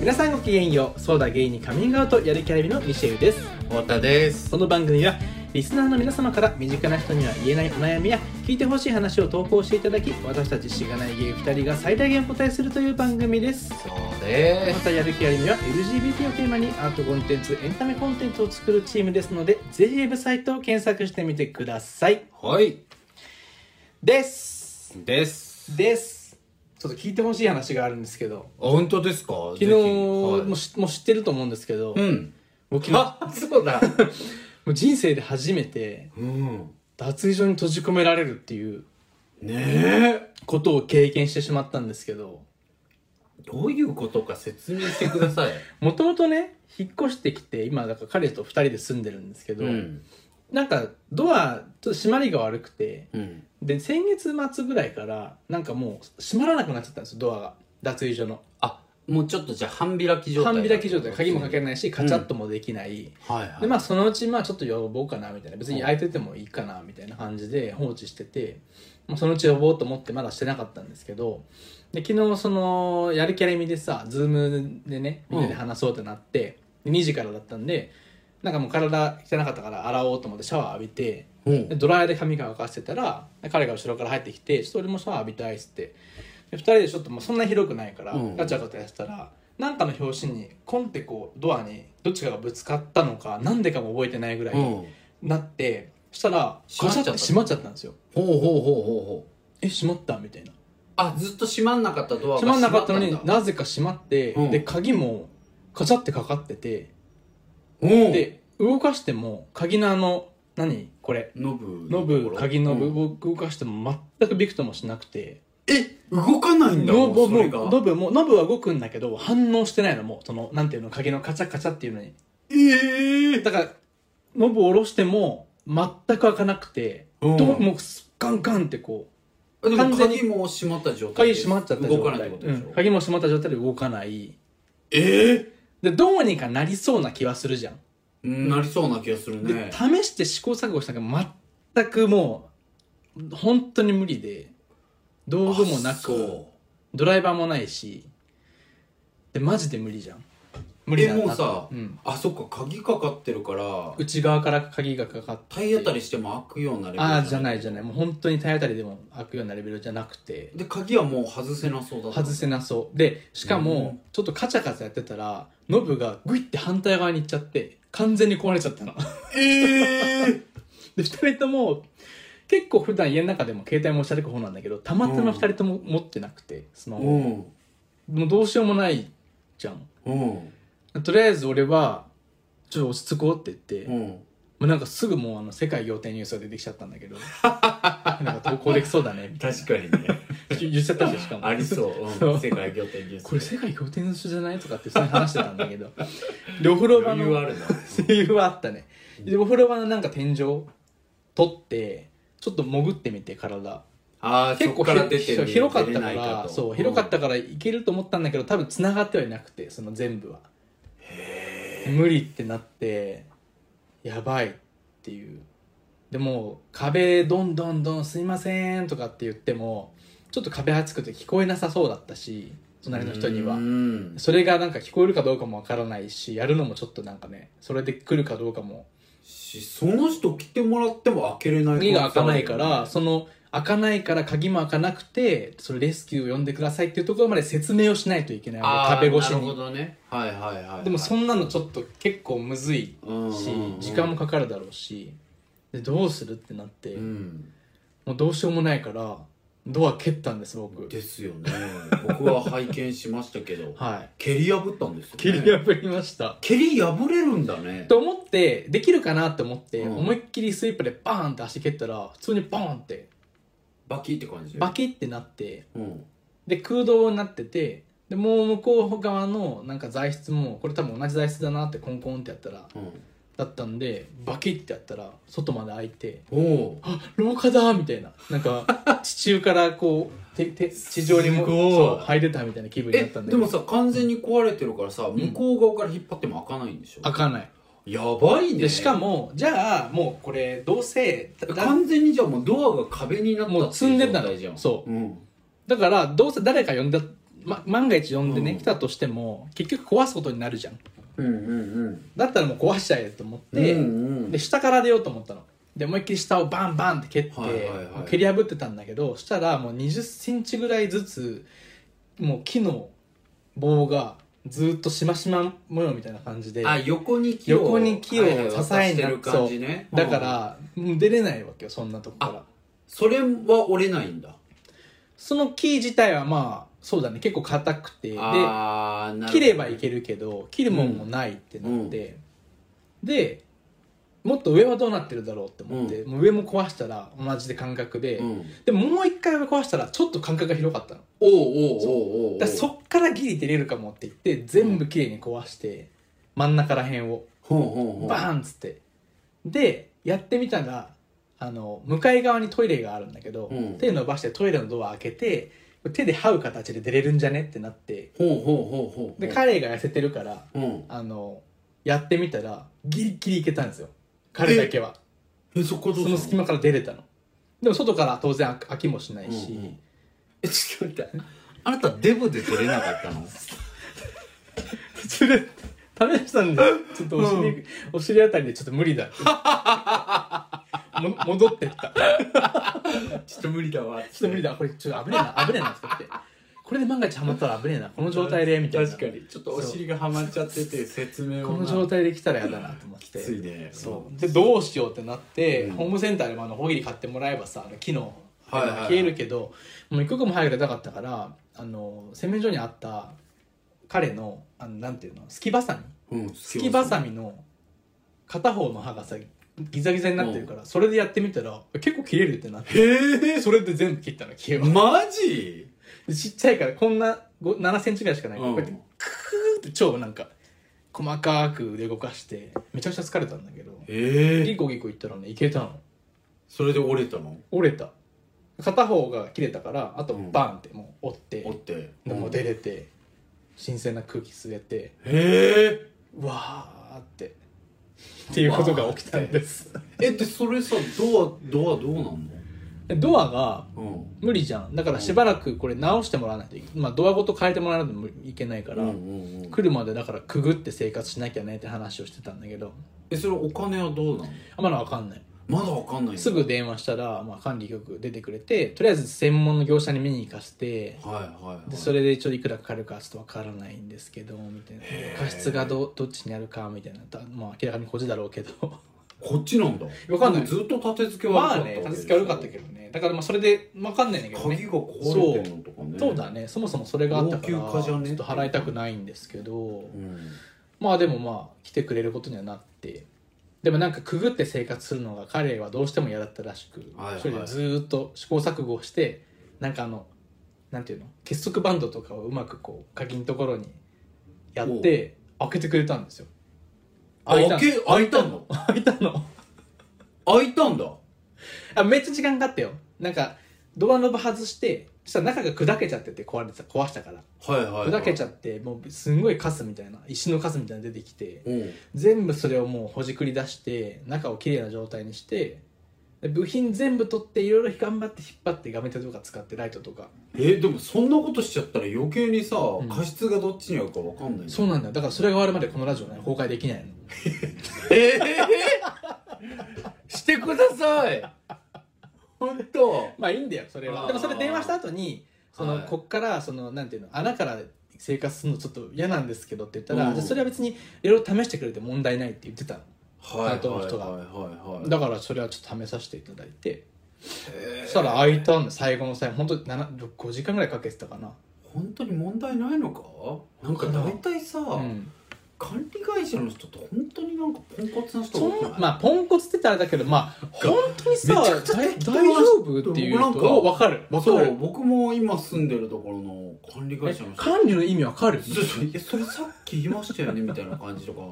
皆さんごきげんようソーダゲイにカミングアウトやる気ありみのミシェルです太田ですこの番組はリスナーの皆様から身近な人には言えないお悩みや聞いてほしい話を投稿していただき私たちしがないゲイ2人が最大限お答えするという番組ですそうまですたやる気ありみは LGBT をテーマにアートコンテンツエンタメコンテンツを作るチームですのでぜひウェブサイトを検索してみてくださいはいですですですちょっと聞いてほしい話があるんですけどあ本当ですか昨ぜ日ひも,、はいもう知ってると思うんですけど、うん僕昨日もあそうだう人生で初めてうん脱衣所に閉じ込められるっていうねえことを経験してしまったんですけどどういうことか説明してくだ さいもともとね引っ越してきて今だから彼と2人で住んでるんですけど、なんかドアちょっと閉まりが悪くてうんで先月末ぐらいからなんかもう閉まらなくなっちゃったんですよドアが脱衣所のあもうちょっとじゃあ半開き状態半開き状態鍵もかけないないしカチャッともできない、はいはいでまあそのうちまあちょっと呼ぼうかなみたいな別に空いててもいいかなみたいな感じで放置してて、まあ、そのうち呼ぼうと思ってまだしてなかったんですけどで昨日そのやる気ありみでさズームでねみんなで話そうってなって、で2時からだったんでなんかもう体汚かったから洗おうと思ってシャワー浴びてうんでドライヤーで髪が乾かしてたら彼が後ろから入ってきて「ちょっと俺もシャワー浴びたい」っつってで2人でちょっともうそんな広くないから、うんガチャガチャやってたらなんかの拍子にコンってこうドアにどっちかがぶつかったのかなんでかも覚えてないぐらいうんなって、そしたら閉まっちゃったガチャて閉まっちゃったんですよほうほうほうほうほう「え閉まった」みたいなあずっと閉まんなかったドアが閉まんなかったのに閉まんだなぜか閉まって、うんで鍵もカチャってかかってて、うんで動かしても鍵のあの何これノブノブ鍵ノブうんを動かしても全くびくともしなくて。え動かないんだノもうブそれもがうノブもノブは動くんだけど反応してないのもうそのなんていうの鍵のカチャカチャっていうのにええだからノブを下ろしても全く開かなくて、うんどうもうガンガンってこでも完全に鍵も閉まった状態鍵で閉まっちゃった動かないってことでしょ、うん鍵も閉まった状態で動かないええでどうにかなりそうな気はするじゃん、なりそうな気がするねで試して試行錯誤したけど全くもう本当に無理で道具もなあそうくドライバーもないしでマジで無理じゃん無理えだなもうさ、うんあそっか鍵かかってるから内側から鍵がかかって体当たりしても開くようなレベルああじゃないいじゃないもう本当に体当たりでも開くようなレベルじゃなくてで鍵はもう外せなそうだった外せなそうでしかうもちょっとカチャカチャやってたらノブがグイって反対側に行っちゃって完全に壊れちゃったの ええで2人とも結構普段家の中でも携帯持ち歩く方なんだけどたまたま2人とも持ってなくてスマホ、うんもうどうしようもないじゃんうんとりあえず俺はちょっと落ち着こうって言って、うんもうなんかすぐもうあの世界仰天ニュースが出てきちゃったんだけど なんか投稿できそうだねみたい確かにねな言っちゃったでしょしかもありそう、そうんう世界仰天ニュースこれ世界仰天ニュースじゃないとかって普通に話してたんだけどでお風呂場余裕のあるな余裕はあったねでお風呂場のなんか天井取ってちょっと潜ってみて体ああ結構そっから出てそうる広かった出かれないらとそう広かったからいけると思ったんだけど多分繋がってはいなくてその全部は無理ってなってやばいっていうでもう壁どんどんどんすいませんとかって言ってもちょっと壁厚くて聞こえなさそうだったし隣の人にはうんそれがなんか聞こえるかどうかもわからないしやるのもちょっとなんかねそれで来るかどうかもしその人来てもらっても開けれない鍵が開かないからその開かないから鍵も開かなくてそれレスキューを呼んでくださいっていうところまで説明をしないといけないあー壁越しなるほにどねはいはいはいはいでもそんなのちょっと結構むずいうんしうんうん時間もかかるだろうしでどうするってなってうんもうどうしようもないからドア蹴ったんです僕ですよね僕は拝見しましたけど はい蹴り破ったんですよ、ね、蹴り破りました蹴り破れるんだねと思ってできるかなって思って、うん思いっきりスイープでバーンって足蹴ったら普通にバーンってバキって感じバキってなってうんで空洞になっててでもう向こう側のなんか材質もこれ多分同じ材質だなってコンコンってやったらうんだったんでバキってやったら外まで開いておおあ廊下だみたいななん か地中からこうてて地上にもすごいそう入れたみたいな気分にえなったんだでけどもさ完全に壊れてるからさ向こう側から引っ張っても開かないんでしょ開かないやばいねでしかもじゃあもうこれどうせ完全にじゃあもうドアが壁になったもう積んでたのっていう状態じゃんそううんだからどうせ誰か呼んだま、万が一呼んでね、うん来たとしても結局壊すことになるじゃんうんうんだったらもう壊しちゃえと思って、うんうんで下から出ようと思ったので思いっきり下をバンバンって蹴って、はいはいはい蹴り破ってたんだけどしたらもう2 0ンチぐらいずつもう木の棒がずっとしましま模様みたいな感じであだ横に木を横に木をはいはい支えな渡してる感じねから、うん出れないわけよそんなとこからあそれは折れないんだその木自体はまあそうだね結構硬くてでああなるほど切ればいけるけど切るもんもないってなって、でもっと上はどうなってるだろうって思って、もう上も壊したら同じで感覚で、うんでももう一回上壊したらちょっと感覚が広かったのおうおうおうおうおうだからそっからギリ出れるかもって言って全部きれいに壊して真ん中らへんをほうほうほうバーンっつってでやってみたらあの向かい側にトイレがあるんだけど、うん手伸ばしてトイレのドア開けて手で這う形で出れるんじゃねってなってほうほうほうほうで彼が痩せてるからうんあのやってみたらギリギリいけたんですよ彼だけはえそこどうその隙間から出れたのでも外から当然開きもしないし、うんうんえちょっと待ってあなたデブで取れなかった の普通で試したんでちょっとお尻、お尻あたりでちょっと無理だっても戻ってったちょちょっと無理だわちょっと無理だこれちょっと危ねえな危ねえなってってこれで万が一ハマったら危ねえなこの状態でみたいな確かにちょっとお尻がはまっちゃってて説明をこのな状態で来たらやだなと思っきてついねそうでどうしようってなって、うんホームセンターでもあのほぎり買ってもらえばさあの木のはいはいはい消えるけど、もう一刻も早く出たかったからあの洗面所にあった彼のあのなんていうのすきばさみうんすきばさみの片方の刃がさギザギザになってるから、それでやってみたら結構切れるってなってへえそれで全部切ったの消えはマジでちっちゃいからこんなご7センチぐらいしかないから、うんこうやってクーって超なんか細かく腕動かしてめちゃくちゃ疲れたんだけどえギえコギコいったらねいけたのそれで折れたの折れた片方が切れたからあとうんバーンってもう折って、折ってでもう出れて新鮮な空気吸えてへえうわーってっていうことが起きたんですえでそれさドアドアどうなんでドアがの無理じゃんだからしばらくこれ直してもらわないといけ、まあ、ドアごと変えてもらわないといけないから、うんうんうん来るまでだからくぐって生活しなきゃねって話をしてたんだけどえそれお金はどうなのあまだわかんないまだわかんないんだすぐ電話したら、まあ、管理局出てくれてとりあえず専門の業者に見に行かせてはいはいはいでそれでちょっといくらかかるかちょっとわからないんですけどみたいな過失がどどっちにあるかみたいなたまあ明らかにこっちだろうけどこっちなんだわかんないでもずっと立て付け悪まあかったね片付け悪かったけどねだからまあそれでわかんないんだけど鍵ねが壊れてるのとかねそうだねそもそもそれがあったからち老朽化じゃねょっと払いたくないんですけどうんまあでもまあ来てくれることにはなってでもなんかくぐって生活するのが彼はどうしても嫌だったらしくはいはい一人でずーっと試行錯誤してなんかあのなんていうの結束バンドとかをうまくこう鍵のところにやって開けてくれたんですよあ開いた開け開いたんだ開いたの開いたんだあめっちゃ時間かかったよなんかドアノブ外してそしたら中が砕けちゃってて壊れてた壊したからはいはいはい砕けちゃゃってもうすんごいカスみたいな石のカスみたいなの出てきてうんへ全部それをもうほじくり出して中をきれいな状態にしてで部品全部取っていろいろ頑張って引っ張ってガメテとか使ってライトとかえでもそんなことしちゃったら余計にさん過失がどっちにあるかわかんないそうなんだよだからそれが終わるまでこのラジオね公開できないのええ してください本当まあいいんだよそれあはーでもそれ電話した後にその、はいこっからそのなんていうの穴から生活するのちょっと嫌なんですけどって言ったら、うんじゃあそれは別にいろいろ試してくれて問題ないって言ってたのはいはい担当の人がはいはいだからそれはちょっと試させていただいてへそえしたら開いたんだ最後の最後本当七5時間ぐらいかけてたかな本当に問題ないのかなんか大体さ、うん管理会社の人って本当になんかポンコツな人そ多くないんまあポンコツって言ったらあれだけどまあ本当にさめちゃくちゃだい適当大な丈夫っていうなんかと分かる分かそうる僕も今住んでるところの管理会社のえ人管理の意味分かるそうそうえそれさっき言いましたよねみたいな感じとか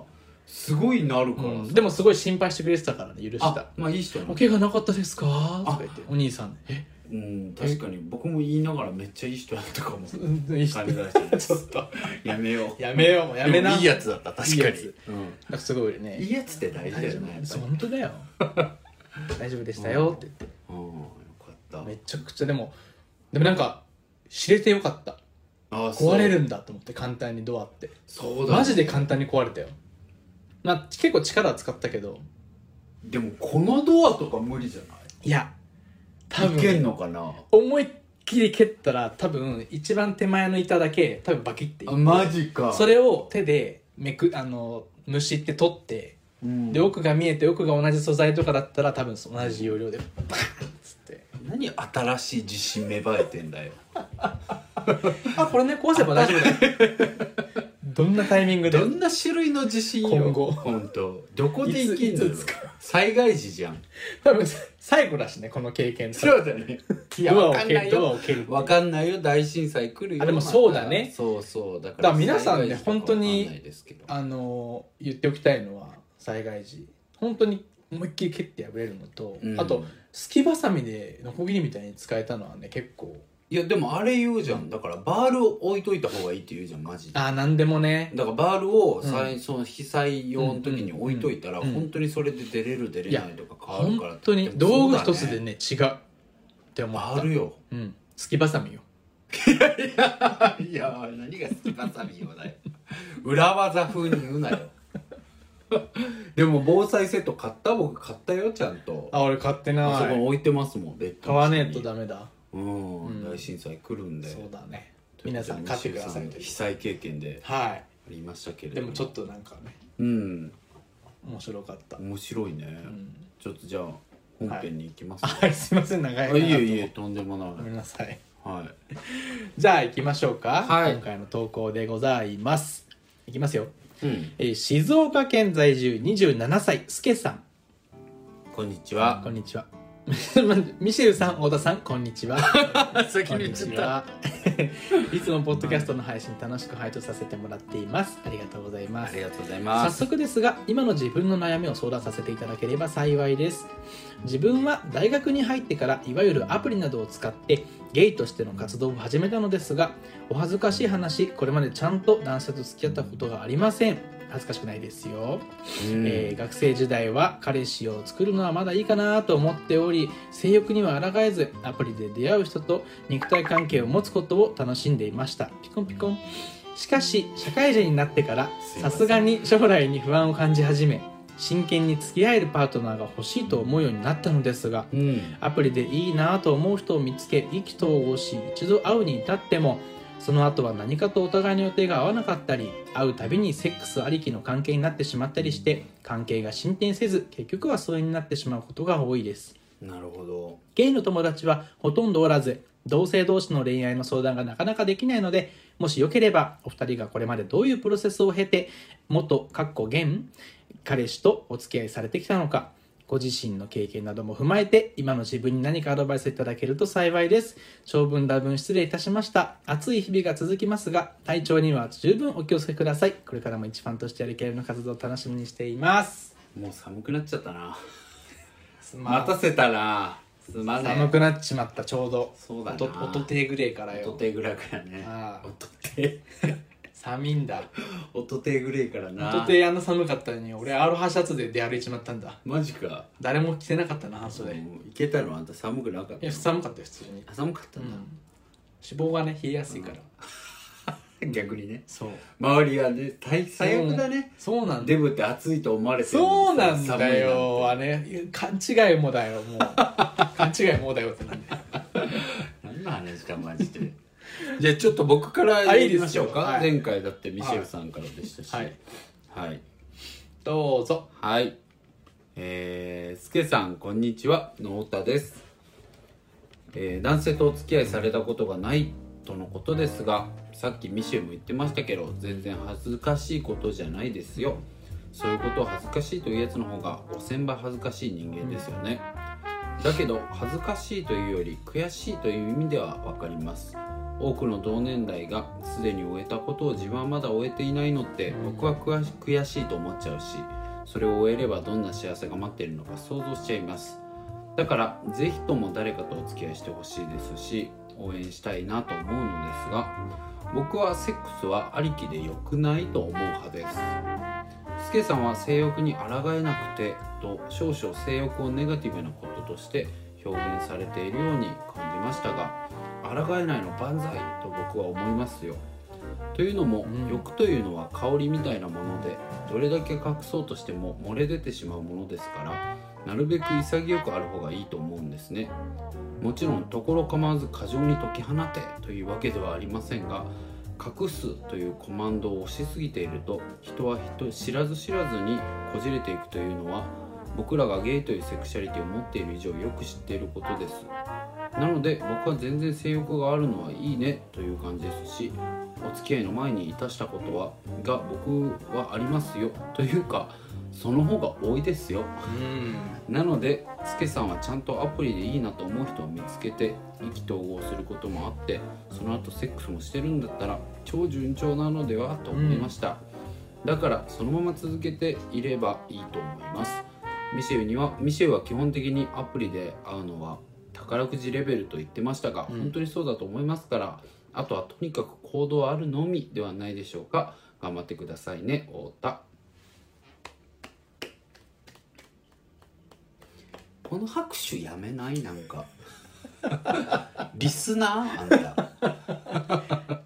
すごいなるから、うんでもすごい心配してくれてたからね許したあまあいい人な「おの、怪我なかったですか?」とか言ってお兄さんねえうん、確かに僕も言いながらめっちゃいい人だったか もうんいい人管理会社の人ちょっとやめようやめようもうやめなでもいいやつだった確かいいやにつうなんかすごいん、いねいやつって大事だよねやっぱそうり本 当だよ大丈夫でしたよって言ってうんよかっためちゃくちゃでもでもなんか知れてよかったああそう壊れるんだと思って簡単にドアってそうだマジで簡単に壊れたよまあ結構力は使ったけどでもこのドアとか無理じゃないいや多多分いけん分のかな思いっきり蹴ったら多分一番手前の板だけ多分バキっていあくマジかそれを手でめくあのむしって取ってうんで奥が見えて奥が同じ素材とかだったら多分同じ要領でバーンっつって何新しい自信芽生えてんだよあこれね壊せば大丈夫だよ どんなタイミングでどんな種類の自信よ今後本当どこで生きんのよいついつ使災害時 じゃん多分最後だしねこの経験そうだねいやドアをわかん蹴なるいドアよを蹴るっていうわかんないよ大震災来るよあでもまたそうだねそうそうだかだから皆さんね災害時とかわか本当なにいですけどあの言っておきたいのは災害時本当に思いっきり蹴って破れるのと、うんあとすきばさみでノコギリみたいに使えたのはね結構いやでもあれ言うじゃんだからバールを置いといた方がいいって言うじゃんマジでああ何でもねだからバールをうん最その被災用の時に置いといたらうんうん本当にそれで出れる出れないとか変わるから本当にでもそ道う具だね一つでね違うって思バったールようんすきばさみよいや何が好きばさみよだよ裏技風に言うなよでも防災セット買った僕買ったよちゃんとああ俺買ってなそこにい置いてますもんベッド買のわ下にねえとダメだうん、うん大震災来るんでそうだね皆さん買ってくださいという被災経験ではありましたけれいどでももちょっとなんかねうん面白かった、面白いね、うんちょっとじゃあ本編に行きますね、はいすいません長いあないえいとえとんでもないごめんなさいはいじゃあ行きましょうか、はい今回の投稿でございますいきますよ、うん、えー静岡県在住27歳すけさんこんにちこはんにちは ミシェルさん太田さんこんにち は先こんにちは いつもポッドキャストの配信楽しく拝聴させてもらっていますありがとうございまあすりがとうござい早ます速ですが今の自分の悩みを相談させていただければ幸いです自分は大学に入ってからいわゆるアプリなどを使ってゲイとしての活動を始めたのですがお恥ずかしい話これまでちゃんと男性と付き合ったことがありません恥ずかしくないですよ、うんえー学生時代は彼氏を作るのはまだいいかなと思っており性欲には抗えずアプリで出会う人と肉体関係を持つことを楽しんでいましたピコンピコンしかし社会人になってからすいまさせんすがに将来に不安を感じ始め真剣に付き合えるパートナーが欲しいと思うようになったのですがうんアプリでいいなぁと思う人を見つけ意気投合し一度会うに至ってもその後は何かとお互いの予定が合わなかったり会うたびにセックスありきの関係になってしまったりして関係が進展せず結局は疎遠になってしまうことが多いですなるほどゲイの友達はほとんどおらず同性同士の恋愛の相談がなかなかできないのでもしよければお二人がこれまでどういうプロセスを経て元かっこ現彼氏とお付き合いされてきたのかご自身の経験なども踏まえて今の自分に何かアドバイスいただけると幸いです長文多分失礼いたしました暑い日々が続きますが体調には十分お気をつけくださいこれからも一ファンとしてやる系の活動を楽しみにしていますもう寒くなっちゃったなま待たせたなすまね寒くなっちまったちょうどそうだなおとおとてぐれいからおよとてぐらいからねああおとて寒いんだおとてぐらいからなとてあの寒かったのに俺アロハシャツで出歩いちまったんだマジか誰も着てなかったな半袖、いもういけたのあんた寒くなかったや寒かったよ普通に、あ寒かったうんだ、ん、脂肪がね冷えやすいから、逆にねそう周りはね大最悪だねそうなんだデブって暑いと思われてるそうのなにんさだよあれ勘違いもだよもう 勘違いもだよってなんだよ寒いなんて何の話かマジで じゃあちょっと僕からやりましょうか、あいいですよは前い回だってミシェルさんからでしたしはいはいどうぞはい。えー、すけさん、こんにちは。のおたです。えー男性とお付き合いされたことがないとのことですが、さっきミシェも言ってましたけど、全然恥ずかしいことじゃないですよ。そういうことを恥ずかしいというやつの方が5000倍恥ずかしい人間ですよね。だけど恥ずかしいというより悔しいという意味では分かります多くの同年代がすでに終えたことを自分はまだ終えていないのって僕は悔し悔しいと思っちゃうしそれを終えればどんな幸せが待っているのか想像しちゃいますだから是非とも誰かとお付き合いしてほしいですし応援したいなと思うのですが僕はセックスはありきで良くないと思う派ですスケさんは性欲に抗えなくてと少々性欲をネガティブなこととして表現されているように感じましたが抗えないの万歳と僕は思いますよというのも、うん欲というのは香りみたいなものでどれだけ隠そうとしても漏れ出てしまうものですからなるべく潔くある方がいいと思うんですねもちろんところ構わず過剰に解き放てというわけではありませんが隠すというコマンドを押しすぎていると人は人知らず知らずにこじれていくというのは僕らがゲイというセクシャリティを持っている以上よく知っていることですなので僕は全然性欲があるのはいいねという感じですしお付き合いの前にいたしたことはが僕はありますよというかその方が多いですようんなのでスケさんはちゃんとアプリでいいなと思う人を見つけて意気投合することもあってその後セックスもしてるんだったら超順調なのではと思いました、だからそのまま続けていればいいと思いますミシェルにはミシェルは基本的にアプリで会うのは宝くじレベルと言ってましたが、うん本当にそうだと思いますからあとはとにかく行動あるのみではないでしょうか頑張ってくださいね太田この拍手やめないなんかリスナーあんた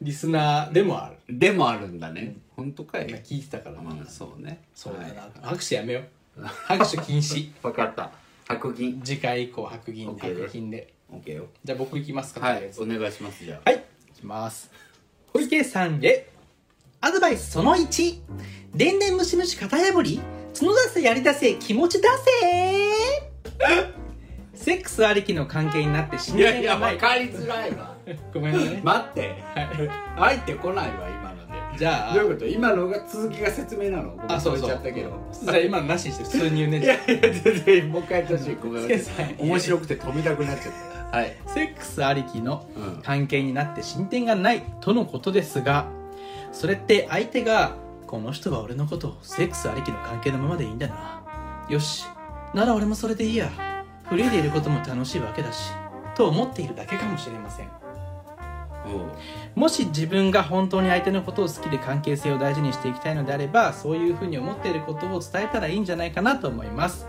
リスナーでもあるでもあるんだね本当かい、今聞いてたからまあそうねそうだなはい拍手やめよう拍手禁止分かった白銀次回以降白銀 OK で白銀で OK よじゃあ僕行きますかとりはあえいずお願いしますじゃあはい、いきます。小池さんへ、アドバイスその1、でんでんムシムシ型破り、角出せやり出せ、気持ち出 せセックスありきの関係になって死いにやいがやな分い。かりづらいわごめんね。待って入ってこないわ今のでじゃあどういうこと今のが続きが説明なのあ、そうごそう。めん飛びちゃったじゃあ今のなしにして、普通に言うね。けどいやいや全然もう一回やってほしいごめんな さいつけさん面白くて止めたくなっちゃったはいセックスありきのうん関係になって進展がないとのことですがそれって相手が「この人は俺のことをセックスありきの関係のままでいいんだな」「よしなら俺もそれでいいや」「フリーでいることも楽しいわけだし」と思っているだけかもしれませんもし自分が本当に相手のことを好きで関係性を大事にしていきたいのであればそういうふうに思っていることを伝えたらいいんじゃないかなと思います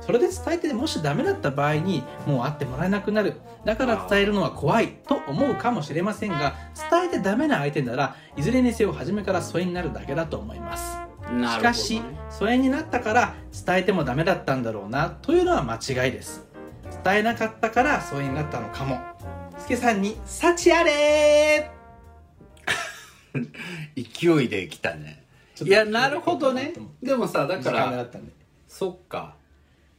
それで伝えてもしダメだった場合にもう会ってもらえなくなるだから伝えるのは怖いと思うかもしれませんが伝えてダメな相手ならいずれにせよ初めから疎遠になるだけだと思いますうんなるほどしねかし疎遠になったから伝えてもダメだったんだろうなというのは間違いです伝えなかったから疎遠になったのかもすけさんに幸あれー勢いで来たねちょっといやなるほどねちょっとでもさだ時か間だらったんでそっか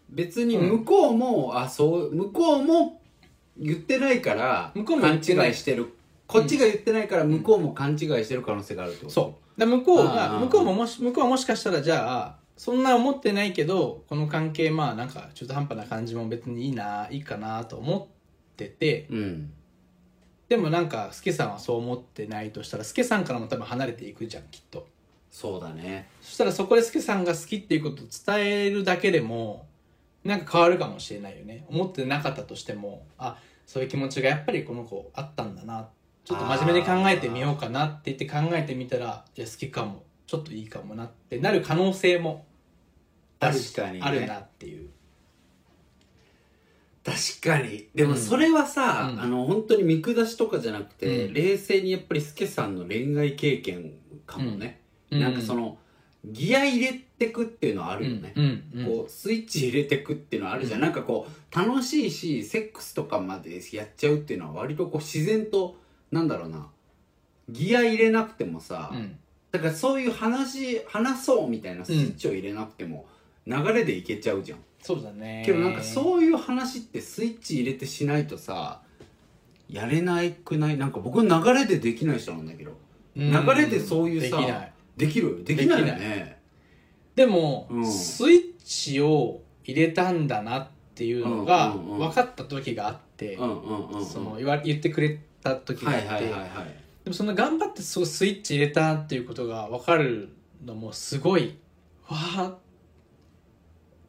別に向こうも、あそう向こうも言ってないから向こうも言ってな勘違いいしてるこっちが言ってないから向こうも勘違いしてる可能性があるってこと、そうで向こうあがー向こうももし向こうはもしかしたらじゃあそんな思ってないけどこの関係まあなんか中途半端な感じも別にいいないいかなと思っててうんでもなんかスケさんはそう思ってないとしたらスケさんからも多分離れていくじゃんきっとそうだねそしたらそこでスケさんが好きっていうことを伝えるだけでもなんか変わるかもしれないよね思ってなかったとしてもあそういう気持ちがやっぱりこの子あったんだなちょっと真面目に考えてみようかなって言って考えてみたらいや好きかもちょっといいかもなってなる可能性もあるし確かにねあるなっていう確かにでもうんそれはさ、うんあの本当に見下しとかじゃなくて、うん冷静にやっぱりスケさんの恋愛経験かもね、うんなんかそのギア入れてくっていうのはあるよね、うんうんうんこうスイッチ入れてくっていうのはあるじゃん、うんなんかこう楽しいしセックスとかまでやっちゃうっていうのは割とこう自然となんだろうなギア入れなくてもさ、うんだからそういう話話そうみたいなスイッチを入れなくても流れでいけちゃうじゃん、そうだねけどなんかそういう話ってスイッチ入れてしないとさやれないくないなんか僕流れでできない人なんだけどうん流れでそういうさできないできるできないよでねでも、うんスイッチを入れたんだなっていうのがうんうんうん分かった時があって、うんうんうんうんその言わ言ってくれた時がはあっいて、はいはいはいでもその頑張ってそうスイッチ入れたっていうことが分かるのもすごいわあ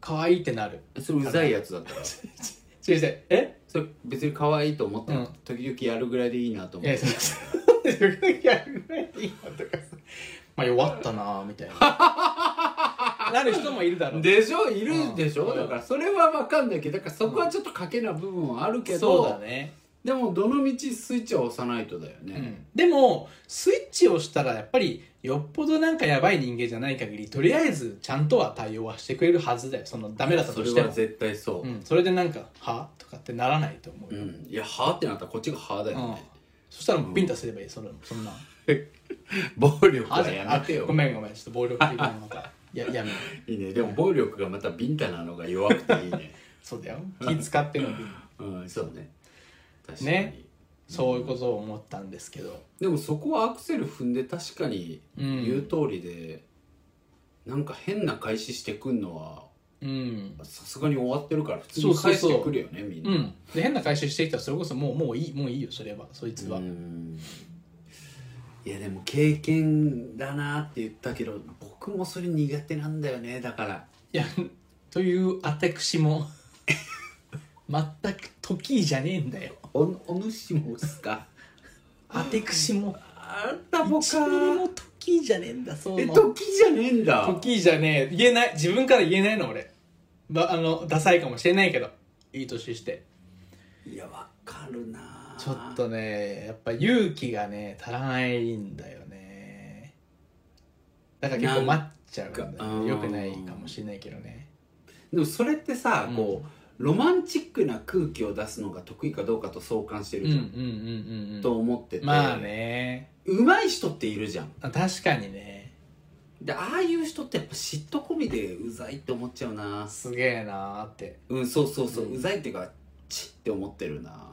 可愛いってなるそれうざいやつだったら違う違うえそれ別に可愛いと思ってうん時々やるぐらいでいいなとい思っやて、そう そういやぐらいいいなとかさまあ弱ったなあみたいな なる人もいるだろうでしょいるでしょ、うんだからそれは分かんないけどだからそこはちょっと賭けな部分はあるけど、そうだねでもどの道スイッチは押さないとだよね、うんでもスイッチをしたらやっぱりよっぽどなんかやばい人間じゃない限りとりあえずちゃんとは対応はしてくれるはずだよそのダメだったそとれしてはもそれ,、絶対そうう、ん、それでなんか「は?」とかってならないと思ううよ、んいやはあってなったらこっちがはあだよね、そしたらもうビンタすればいいそのそんな暴力あはじやゃめあてよごめんごめんちょっと暴力的なのが ややめるいいねでも暴力がまたビンタなのが弱くていいねそうだよ気使ってんのにうんそうね確かに、ねそういうことを思ったんですけどでもそこはアクセル踏んで確かにうん言う通りで、なんか変な開始してくんのはうんさすがに終わってるから普通そうにそう返そしうてくるよねみんうな。んで変な回収してきたらそれこそもうもういいもういいよそれはそいつは、うんいやでも経験だなって言ったけど僕もそれ苦手なんだよねだからいや、という私も全く時じゃねえんだよ。おお主もですかあてくしもあんたもか一ミリも時じゃねえんだそうえの。時じゃねえんだ時じゃねえ言えない自分から言えないの俺。ばあのダサいかもしれないけどいい年していやわかるなちょっとねやっぱ勇気がね足らないんだよねだから結構待っちゃうんだなんかようんよくないかもしれないけどねでもそれってさ、うんこうロマンチックな空気を出すのが得意かどうかと相関してうんるうんじうゃん、んうんうと思っててんまあね上手い人っているじゃんあ確かにねでああいう人ってやっぱ嫉妬込みでうざいって思っちゃうなすげえなーってうんそうそうそう、ううんざいっていうかチッって思って るななん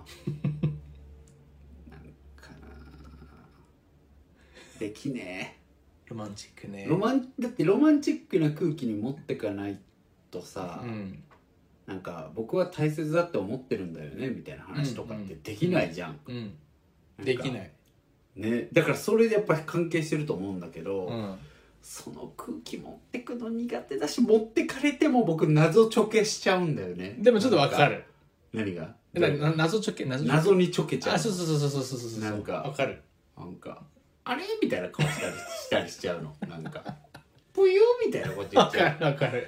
かなできねロマンチックねえロマンだってロマンチックな空気に持ってかないとさ、うんなんか僕は大切だって思ってるんだよねみたいな話とかってできないじゃん、うんんかできないね、だからそれでやっぱり関係してると思うんだけど、うんその空気持ってくの苦手だし持ってかれても僕謎ちょけしちゃうんだよねでもちょっとわかる何がなな謎直球謎直謎にちょけち球ゃあそううそうそうそうそうそうそうなんかわかるなんかあれみたいな顔したりしたりしちゃうのなんかぷゆみたいなこと言わっちかゃうるわかる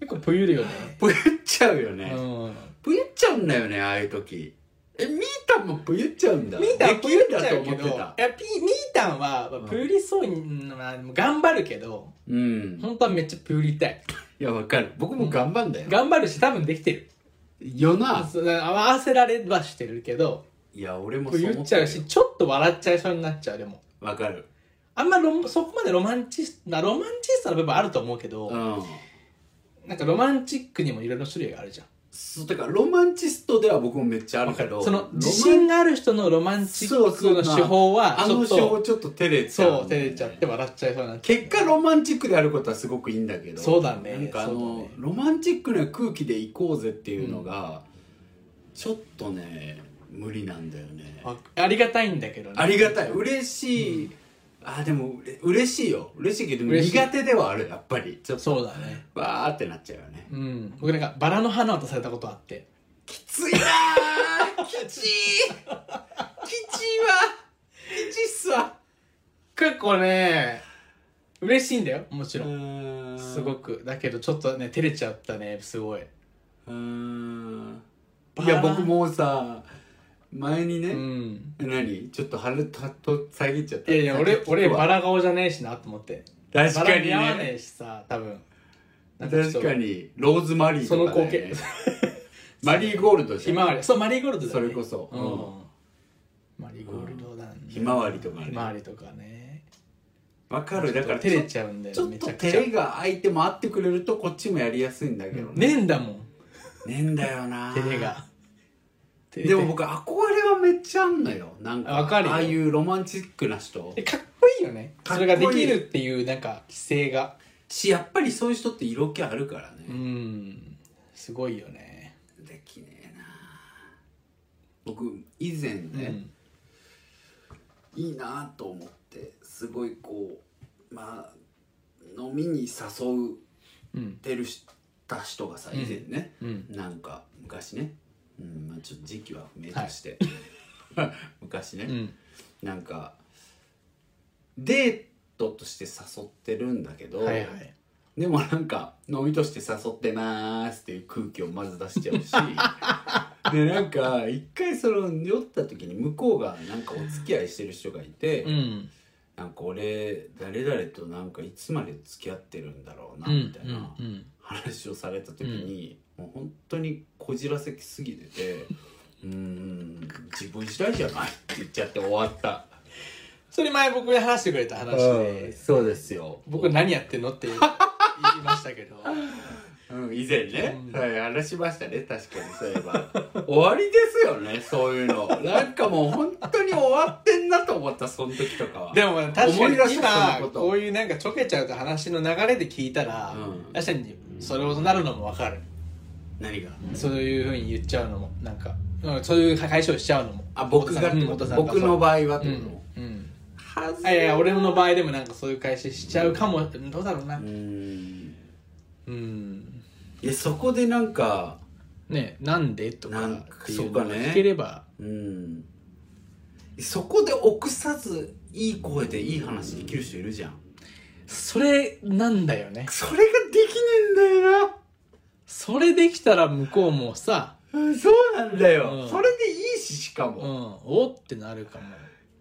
結構ぷゆるよねぷゆっちゃうようねんぷゆっちゃうんだよねああいう時えみーたんもぷゆっちゃうんだミータンでぷきゆるんっちだゃとう思けっどていたやピミータンはまあうんぷゆりそうにまあ頑張るけどうん本当はめっちゃぷゆりたいいやわかる僕も頑張んだよ頑張るし多分できてるよあなそうだから合わせられはしてるけどいや俺もぷゆっちゃうしちょっと笑っちゃいそうになっちゃうでもわかるあんまロそこまでロマンチスなロマンチストな部分あると思うけど、うんなんかロマンチックにもいろいろ種類があるじゃんそうだからロマンチストでは僕もめっちゃあるけどそのロマン自信がある人のロマンチックの手法はあちょのっ手法とちょっと照れちゃうそう照れちゃって笑っちゃいそうな結果ロマンチックであることはすごくいいんだけどそうだねなんかあそうの、だねロマンチックな空気で行こうぜっていうのが、ちょっとね無理なんだよねあありがたいんだけどねありがたい嬉しい、あでもうれ嬉しいよ嬉しいけど嬉しい苦手ではあるやっぱりちょっとそうだねわーってなっちゃうよねうん僕なんかバラの花渡されたことあってきついなーきちいきちいわきちいっすわ結構ね嬉しいんだよもちろんすすごくだけどちょっとね照れちゃったねすごいうんバいラや僕もさ前にうね、ん何ちょっと春たと遮っちゃっいたやいや俺俺バララ顔じゃねえしなと思って確バかラに似合わねねえしさ多分なんかちょっと確かにローズマリーそのとかだ光よね 景マリーゴールドじゃひんまわりそうマリーゴールドだそねれこそうんマリーゴールドだねひまわりとかねひまわりとかねわかるだから照れちゃゃうんだちよょっめとちゃく照ちゃれが相手もあってくれるとこっちもやりやすいんだけどねねえんだもんねんだよな照れが照れでも僕憧れはめっちゃあんのよなんかわかるよああいうロマンチックな人えかっこいいよねかっこそいれいができるっていうなんか規制がしやっぱりそういう人って色気あるからね、うんすごいよねできねえな僕以前ね、いいなと思ってすごいこうまあ飲みに誘うんうんってるした人がさ以前ね、うんなんか昔ね、うんまあ、ちょっと時期は不明として、 昔ね、うんなんかデートとして誘ってるんだけど、はいはいでもなんか飲みとして誘ってますっていう空気をまず出しちゃうし でなんか一回その酔った時に向こうがなんかお付き合いしてる人がいて、うんなんか俺誰々となんかいつまで付き合ってるんだろうなうんみたいな、うん話をされた時に、もう本当にこじらせきすぎてて「うーん自分次第じゃない」って言っちゃって終わったそれ前僕が話してくれた話でそうですよ僕何やってんのって言いまし たけどうん、以前ね、うんはい、話しましたね確かにそういえば 終わりですよねそういうのなんかもう本当に終わってんなと思ったその時とかはでも確か思い出にした今そのことこういうなんかちょけちゃうと話の流れで聞いたら、うん確かにそれほどなるのもわかる何がそういうふうに言っちゃうのもなんかうんそういう解消しちゃうのもあ僕がってこお父とさん僕の場合はっうてんこ、うん、とはずあいやいや俺の場合でもなんかそういう解消しちゃうかもどうだろうなうんうんいやそこでなんかねなんでとかなっんかていうのそうがかね聞ければうんそこで臆さずいい声でいい話できる人いるじゃんそれなんだよねそれができねえんだよなそれできたら向こうもさ、うんそうなんだよ、うんそれでいいししかも、うん、おってなるかも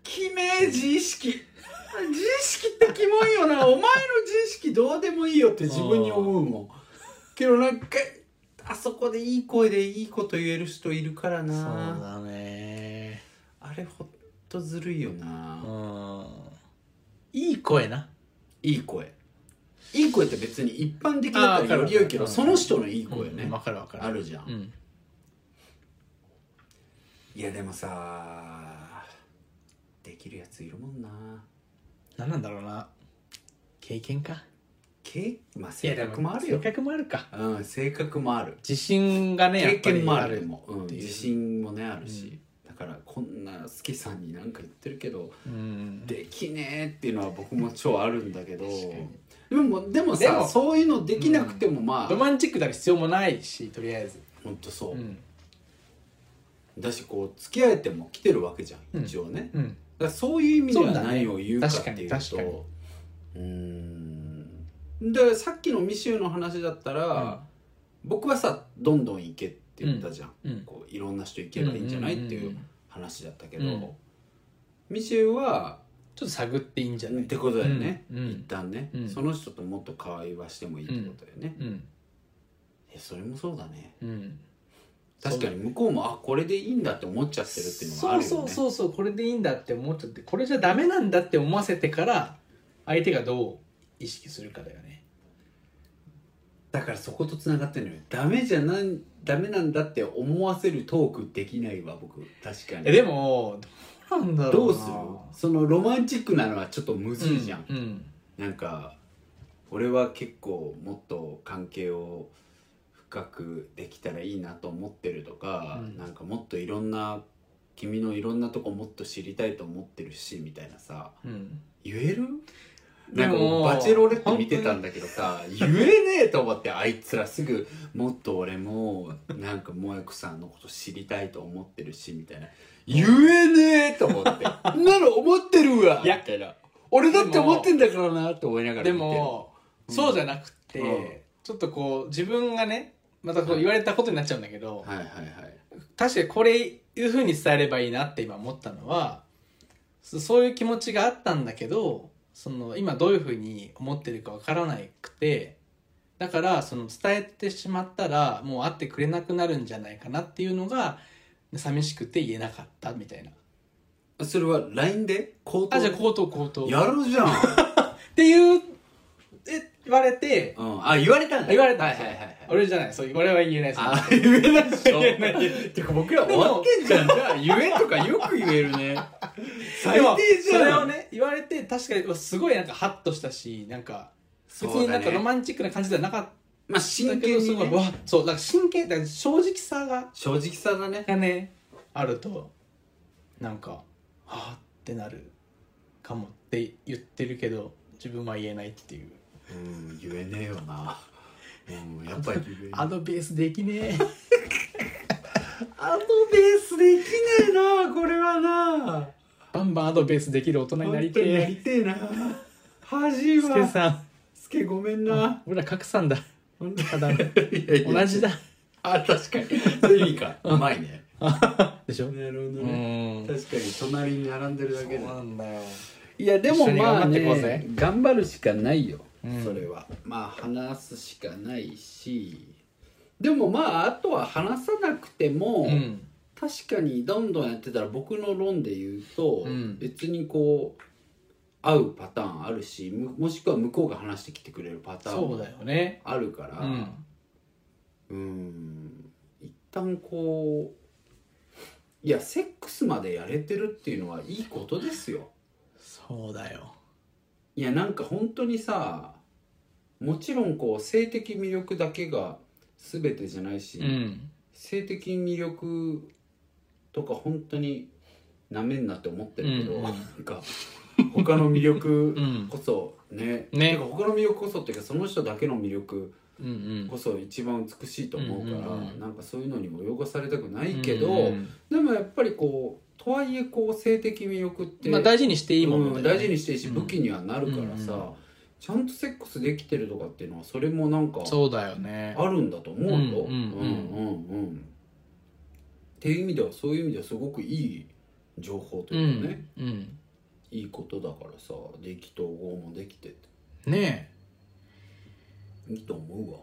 きめえ自意識自意識ってキモいよなお前の自意識どうでもいいよって自分に思うもんけどなんかあそこでいい声でいいこと言える人いるからそうなだねあれほんとずるいよな、うんいい声ないい声いい声って別に一般的だったらより良いけどあーわそかるの人のいい声ね、うんわかるわかるあるじゃん、うんいやでもさできるやついるもんな何なんだろうな経験かけまあ性格もあるよ性格もあるかうん性格もある自信がねや経っぱり験もああるるでも、うん、っていう自信もねあるし、だからこんな好きさんに何か言ってるけど、うんできねえっていうのは僕も超あるんだけど確かにでもでもさでもそういうのできなくてもまあ、ロマンチックだら必要もないしとりあえずほんとそう、うんだしこう付き合えても来てるわけじゃうんん一応ね、だうんからそういう意味でそはうだね何を言うかっていうと確かに確かうーんでさっきのミシューの話だったら、僕はさどんどん行けって言ったじゃん、うんこういろんな人行けばいいんじゃない、っていううんうんうん話だったけど、うんミシェルはちょっと探っていいんじゃないってことだよね、うんうん一旦ね、うんその人ともっと会話してもいいってことだよね、うんえそれもそうだねうん確かに向こうもあこれでいいんだって思っちゃってるっていうのもあそるうよねそうそうそうこれでいいんだって思っちゃってこれじゃダメなんだって思わせてから相手がどう意識するかだよねだからそことつながってるのよダメじゃないダメなんだって思わせるトークできないわ僕確かにえでもどうなんだろどううするそのロマンチックなのはちょっとむずいじゃん、うん、うんなんか俺は結構もっと関係を深くできたらいいなと思ってるとか、うんなんかもっといろんな君のいろんなとこもっと知りたいと思ってるしみたいなさうん言えるでなもんかもうバチェロレッテ見てたんだけどさ言えねえと思ってあいつらすぐもっと俺もなんか萌子さんのこと知りたいと思ってるしみたいな言えねえと思っ て「んなの思ってるわ!」いやみたいな俺だって思ってんだからなって思いながらで見てるも、そうじゃなくて、うんちょっとこう自分がねまたこう言われたことになっちゃうんだけど、はいはいはい確かにこれいうふうに伝えればいいなって今思ったのはそそういう気持ちがあったんだけどその今どういうふうに思ってるかわからなくてだからその伝えてしまったらもう会ってくれなくなるんじゃないかなっていうのが寂しくて言えなかったみたいなそれは LINE で口頭あじゃあ口頭口頭っやるじゃん、ていうえ言われてうん、あ言われたんだ言われたんはいですはよいはいはい俺じゃないそう俺は言えないですあ言えないでしょ 言えないてか僕ら終わってんじゃんじゃあ言えとかよく言えるね最でも低じゃんそれをね言われて確かにうわすごいなんかハッとしたしなんか別そうにだなんねかロマンチックな感じではなかっまあた真け剣どすに、ごい、ね、わそうなんか真剣だから正直さが正直さだねがねあるとなんかはあってなるかもって言ってるけど自分は言えないっていううん言えねえよなうんやっぱり言えアドベースでき ねえアドベースできねえなこれはなバンバンアドベースできる大人になりてえてえな恥スケさんすけごめんな 俺ら格さんだ同ただ同じだあ確かにそれいいかうまいねでしょなるほどうねん確かに隣に並んでるだけでんだよいやでもまあ一緒に頑張ってこうぜね頑張るしかないよ、うんそれはまあ話すしかないしでもまああとは話さなくても、うん確かにどんどんやってたら僕の論で言うと、うん別にこう合うパターンあるしむもしくは向こうが話してきてくれるパターンそうもだよねあるからうんうん一旦こういやセックスまでやれてるっていうのはいいことですよそうだよいやなんか本当にさもちろんこう性的魅力だけが全てじゃないし、うん性的魅力とか本当になめんなって思ってるけど、うんうんなんか他の魅力うんこそね,、ねてか他の魅力こそっていうかその人だけの魅力うんうんこそ一番美しいと思うから、うんうんうんなんかそういうのにも汚されたくないけど、うんでもやっぱりこうとはいえこう性的魅力って、まあ大事にしていいもうのだんよね大事にしてるしうん武器にはなるからさ、うんうんちゃんとセックスできてるとかっていうのはそれもなんかそうだよねあるんだと思うよ。うんうんうんうんっていう意味ではそういう意味ではすごくいい情報とういうかね、んうんいいことだからさでき統合もできててねえいいと思うわ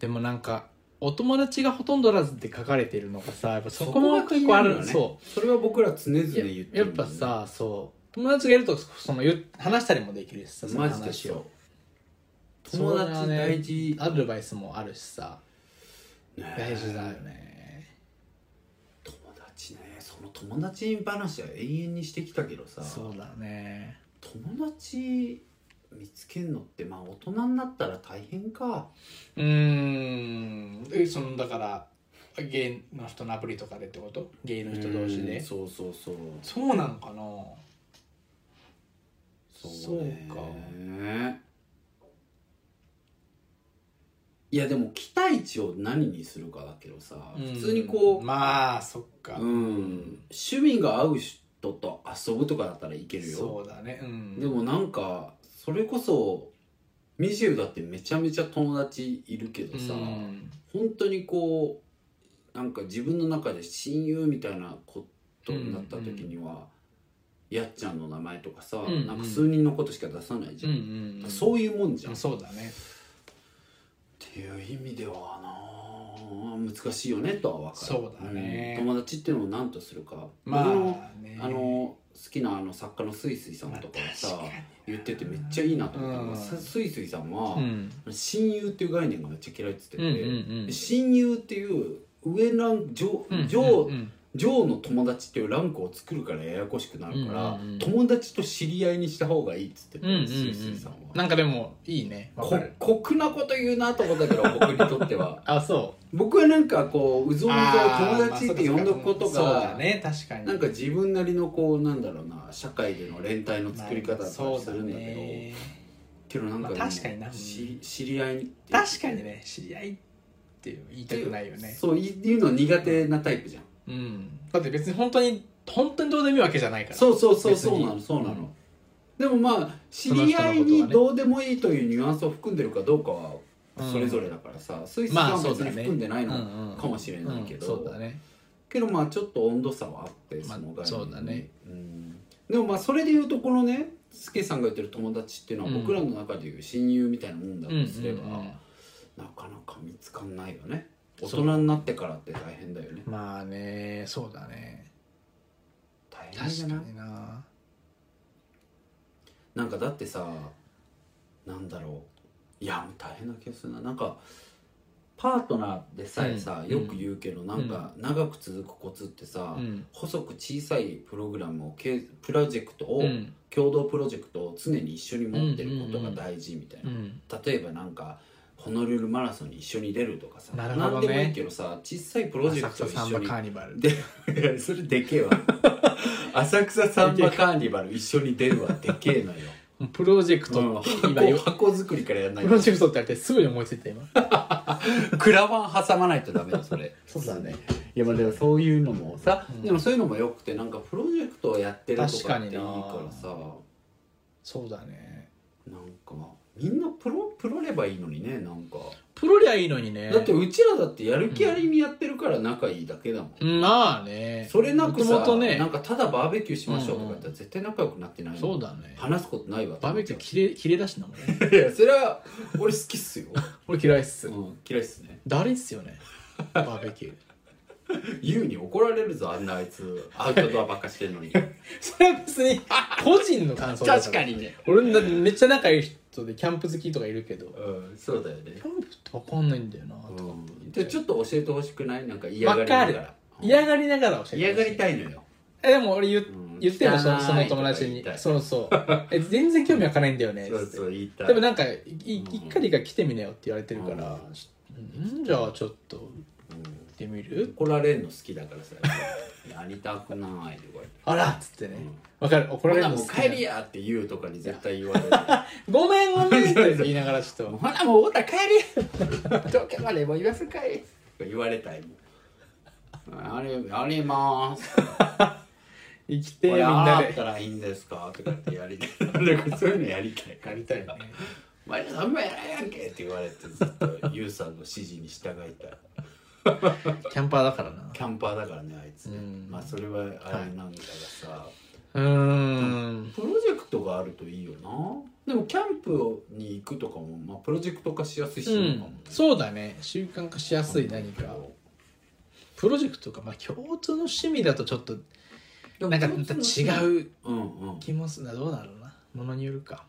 でもなんかお友達がほとんどおらずって書かれてるのがさやっぱそこもが気結に構なあるるよねそそれは僕ら常々言っうてるややっもんねぱさそう友達がいるとその言う話したりもできるしさそのマジで話しょを友そ達れはね大事、アドバイスもあるしさね大事だよね友達ねその友達話は永遠にしてきたけどさそうだね友達見つけんのってまあ大人になったら大変かうーんえそのだからゲイの人のアプリとかでってことゲイの人同士うんでそうそうそうそうなのかなねかいやでも期待値を何にするかだけどさ、うん普通にこう、まあそっか、うん、趣味が合う人と遊ぶとかだったらいけるよそうだねうんでもなんかそれこそミシェルだってめちゃめちゃ友達いるけどさ、うん本当にこうなんか自分の中で親友みたいなことになった時には、やっちゃんの名前とかさ、んうんなんか数人のことしか出さないじうゃんん、うんうんそういうもんじゃん、っそうだねていう意味ではなあ難しいよねとは分かるそうだねん友達っていうのを何とするか、まあ僕のねあの好きなあの作家のスイスイさんとかがさ、言っててめっちゃいいなと思ったのが、うんスイスイさんは、うん親友っていう概念がめっちゃ嫌いってうんうん言ってて、うん親友っていう上ラン上うん上、うん上の友達っていうランクを作るからややこしくなるから、うんうんうん友達と知り合いにした方がいいっつってて、うんうんうんスイスイさんはなんかでもいいねわかるこ酷なこと言うなと思ったけど僕にとって はあそう僕はなんかこううぞうぞあー友達って呼んどくことまあそうかそうかそうがだね確かになんか自分なりのこうなんだろうな社会での連帯の作り方だったりするんだけど、けどなんか、ねまあ確かになし知り合いにってまあそうだね確かにね知り合いっていう言いたくないよねそういいうの苦手なタイプじゃんうんだって別に本当に本当にどうでもいいわけじゃないからそうそうそう別そうになのそうなの、うんでもまあ知り合いにどうでもいいというニュアンスを含んでるかどうかはうんそれぞれだからさ、スイスまあは別そうにだね含んでないのうんうんかもしれないけど、うんそうだねけどまあちょっと温度差はあってまあその概念に、そうだねうんでもまあそれでいうとこのねスケさんが言ってる友達っていうのはうん僕らの中でいう親友みたいなもんだうんうんうとんすれば、なかなか見つかんないよね大人になってからって大変だよねまあねそうだね大変じゃ確ないかにななんかだってさなんだろういやもう大変な気がするななんかパートナーでさえさ、うんよく言うけど、なんか長く続くコツってさ、うん細く小さいプログラムをけプロジェクトを、うん共同プロジェクトを常に一緒に持ってることが大事みたいな、うん例えばなんかホノルルマラソンに一緒に出るとかさなるほどね何でもいいけどさ小さいプロジェ浅クト草を一緒サンバにカーニバルでいやそれで けえわ浅草サンバカーニバル一緒に出るわでけえのよ、プロジェクうトん、って箱今よ箱作りからやんないプロとジェクトってあれってすぐに思いついた今クラバン挟まないとダメだそれそうだねいやまあでもそういうのもさ、うんでもそういうのもよくてなんかプロジェクトをやってるとかっていいから確さそうだねなんかみんなプロプロればいいのにねなんかプロりゃいいのにねだってうちらだってやる気ありみやってるから仲いいだけだもん、まあねそれなくさもともとねなんかただバーベキューしましょうとか言ったら絶対仲良くなってないもんそうだね話すことないわバーベキュー切れ切れ出しなもんねいやそれは俺好きっすよ、俺嫌いっすうん、嫌いっすねだるいっすよねバーベキューユウに怒られるぞあんなあいつアウトドアばっかして るのにそれは別に個人の感想だからにね俺だってめっちゃ仲いい人でキャンプ好きとかいるけどうんそうだよねキャンプって分かんないんだよなとかうんでちょっと教えてほしくないなんか嫌が分りなかがるら嫌がりながら教えて嫌がりいたいのよえでも俺言,、ん言ってもそ汚いのその友達とにか言いたいそうそうえ全然興味湧かないんだよ ねそうそう言いたいでもなんかいいうん一回一回来てみなよって言われてるからうちょんじゃあちょっと行うんってみる怒られるの好きだからさやりたくないとか言ってあらっつってねわかる怒らほれるなのもう好きな帰りやって言うとかに絶対言われるごめんごめんって言いながらちょっと ほなもうおた帰 りどけまでも言わすかい言われたいもんあれやりまーす生きてみんこれあーなあっでたらいいんですかとかってやりたいなんかそういうのやりたいやりたいねお前ら何もやらんやんけって言われてずっとユウさんの指示に従いたいキャンパーだからなキャンパーだからねあいつねうんまあそれはあれなんだがさ、うーんプロジェクトがあるといいよなでもキャンプに行くとかも、まあ、プロジェクト化しやすいし、ういいかもねん、そうだね習慣化しやすい何かプロジェクトかまあ共通の趣味だとちょっとでもなんか共通の趣味違ううんうん気もするなどうだろうなものによるか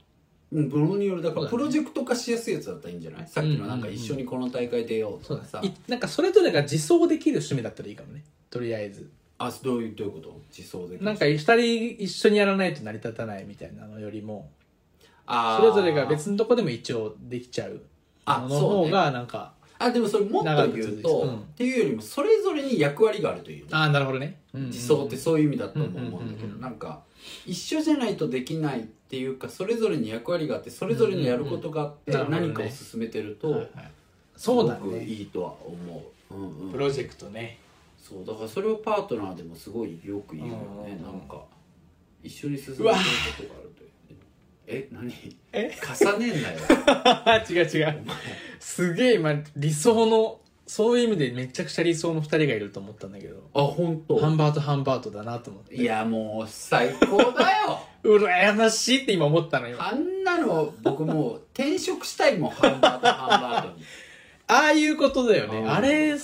うんブローによるだかそうらだねプロジェクト化しやすいやつだったらいいんじゃない、さっきのなんか一緒にこの大会出ようそとうかさ、だねいなんかそれぞれが自走できる趣味だったらいいかもねとりあえずあどういうどういうこと自走でなんか二人一緒にやらないと成り立たないみたいなのよりもあそーれぞれが別のとこでも一応できちゃうあもののそうね方がなんかあでもそれもっと言うと、長く続いてうんっていうよりもそれぞれに役割があるという、ああなるほどね、うんうんうん自走ってそういう意味だと思うんだけど、うんうんうんうんなんか一緒じゃないとできないっていうかそれぞれに役割があってそれぞれにやることがあってうんうんうんなる何ほどかねを進めてるとはいはいすそうごだくねいいとは思う。うんうんプロジェクトねそうだからそれをパートナーでもすごいよく言うよね、うんなんか一緒に進めてうるこわとがあるというえ何え重ねんなよあ 違う違うすげえ今理想のそういう意味でめちゃくちゃ理想の2人がいると思ったんだけどあ本 当ハンバートハンバートだなと思っていやもう最高だ よ羨ましいって今思ったのよああんなの僕もう転職したいもんハンバーグハンバーグにあいうことだよねうんあれこ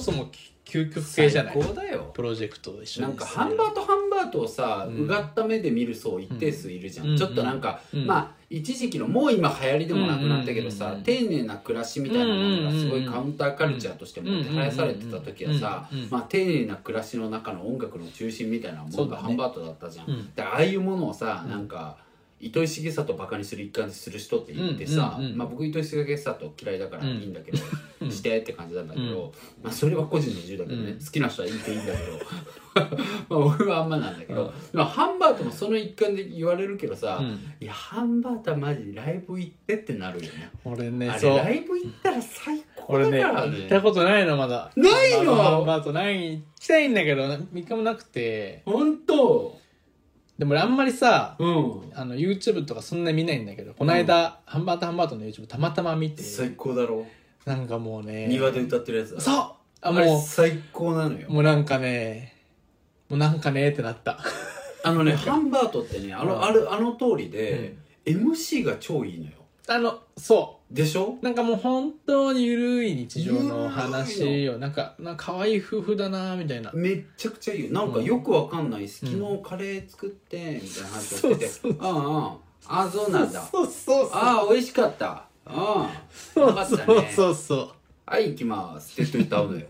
そもう究極系じゃない最高だよプロジェクトを一緒になんかハンバートハンバートをさ、ううんがった目で見る層一定数いるじゃん、うんちょっとなんか、うんまあ一時期のもう今流行りでもなくなったけどさ、うん丁寧な暮らしみたいなものがすごいカウンターカルチャーとしてもてはやされてた時はさ、うんうんうんまあ、丁寧な暮らしの中の音楽の中心みたいなもそのうだがねハンバートだったじゃん、うんでああいうものをさなんか糸井重里をバカにする一環でする人って言ってさ、うんうんうんまあ、僕糸井重里嫌いだからいいんだけど、うんしてって感じなんだけど、まあ、それは個人の自由だけどね、好きな人はいいっていいんだけど。まあ、 俺はあんまなんだけど、まあ、ハンバートもその一環で言われるけどさ、うんいやハンバートはマジライブ行ってってなるよね俺あねそれラうイブ行ったら最高俺だねから行ねったことないのまだないのハンバートない行きたいんだけど3日もなくて本当でも俺あんまりさうんあの YouTube とかそんな見ないんだけどこの間、ハンバートハンバートの YouTube たまたま見て最高だろ、なんかもうね庭で歌ってるやつだそうああれも最高なのようもうなんかねもうなんかねってなった あのねハンバートってねあの,、うんあるあの通りで、MC が超いいのよあのそでしょうなんかもう本当にゆるい日常のゆる話をなんかなんか可愛い夫婦だなみたいなめっちゃくちゃいいよなんかよくわかんないです、昨日カレー作ってみたいな話をしててそうそうああああそうなんだそうそうそうああ美味しかったああそようかっそたうねそうそうはい行きますって言って歌うの よ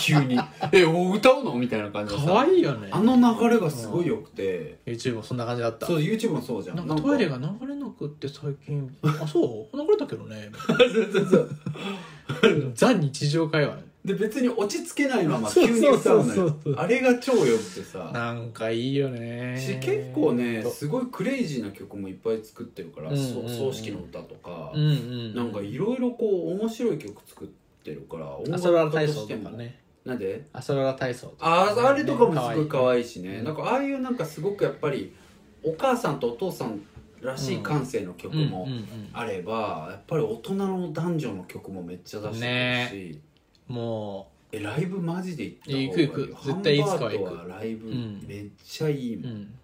急にえお歌うのみたいな感じでさ可愛いよねあの流れがすごい良くて YouTube もそんな感じだったそう YouTube もそうじゃんなんかトイレが流れなくって最近 あそう流れたけどね ザ日常会話で別に落ち着けないままそう急に歌うのそうそようそうあれが超良くてさなんかいいよねし結構ねほんとすごいクレイジーな曲もいっぱい作ってるから、うんうんうそん葬式の歌とか、うんうんなんかいろいろこう面白い曲作ってるから音朝ドラ家体操とかねなんで朝ドラ体操とあーあれとかもすごい可い愛いしねなんかああいうなんかすごくやっぱりお母さんとお父さんらしい感性の曲もうんうんうんあればやっぱり大人の男女の曲もめっちゃ出してるし、もえライブマジで行った方がいいよ行く行く絶対いつかは行くハンバートはライブうん、めっちゃいいううん、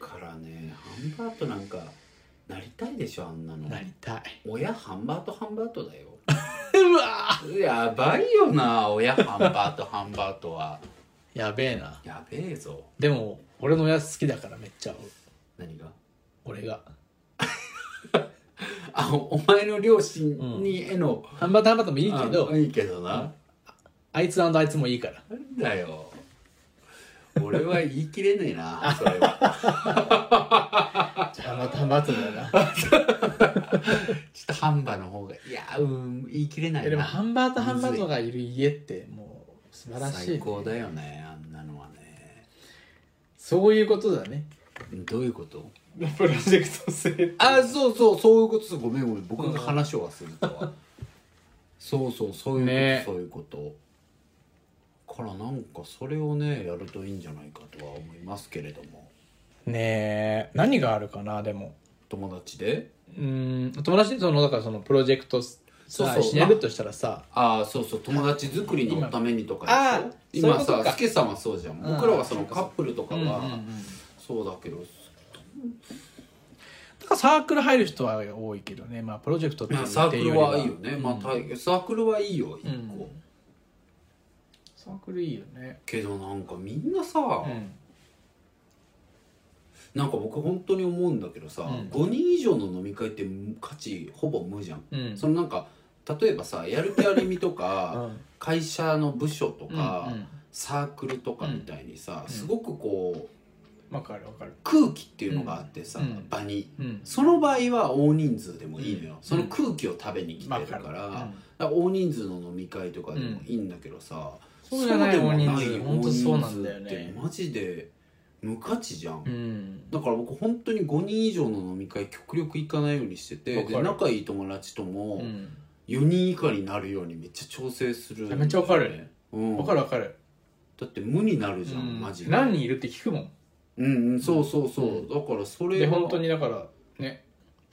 からね、ハンバートなんかなりたいでしょあんなのなりたい親ハンバートハンバートだようわやばいよな親ハンバートハンバートはーやべえなやべえぞでも俺のやつ好きだからめっちゃ合う何が俺があお前の両親にへの、ハンバートハンバートもいいけどあいいけどな、あいつあいつもいいからなんだよ俺は言い切れねえなそれはハンバートハンバートだよなちょっとハンバの方がいやうん言い切れないえなでもハンバートハンバートがいる家ってもう素晴らしい、最高だよねあんなのはねそういうことだねどういうことプロジェクト性あそうそうそういうことですごめんごめん僕が話を忘れたわそうそうそういうこと、ねそういうことからなんかそれをねやるといいんじゃないかとは思いますけれどもねえ何があるかなでも友達でうん友達でそのだからそのプロジェクトそうさそうしやるとしたらさああそうそう友達作りのためにとあかでしょそう今いうことさかスケさんはそうじゃんうん僕らはそのカップルとかうんうんうんはそうだけどだからサークル入る人は多いけどねまあプロジェクトってまあサークルはいいよね、うんまあ、たいサークルはいいよ一個、うんサークルいいよねけどなんかみんなさ、うんなんか僕本当に思うんだけどさ、うん5人以上の飲み会って価値ほぼ無じゃん、うんそのなんか例えばさやる気ありみとか、 うん会社の部署とか、うんうんサークルとかみたいにさ、うんすごくこうわかるわかる空気っていうのがあってさ、うん場にうんその場合は大人数でもいいのよ、うんその空気を食べに来てるから,、だから大人数の飲み会とかでもいいんだけどさ、うんそうじゃないでも大人数ほんとそうなんだよ大人数っねてマジで無価値じゃんう、んだから僕本当に5人以上の飲み会極力行かないようにしてわてかるで仲いい友達とうもん4人以下になるようにめっちゃ調整するんだよね、めっちゃわかるうん、わかるわかるだって無になるじゃん、うんマジで何人いるって聞くもんうんうんそうそうそう、うんだからそれでは本当にだからね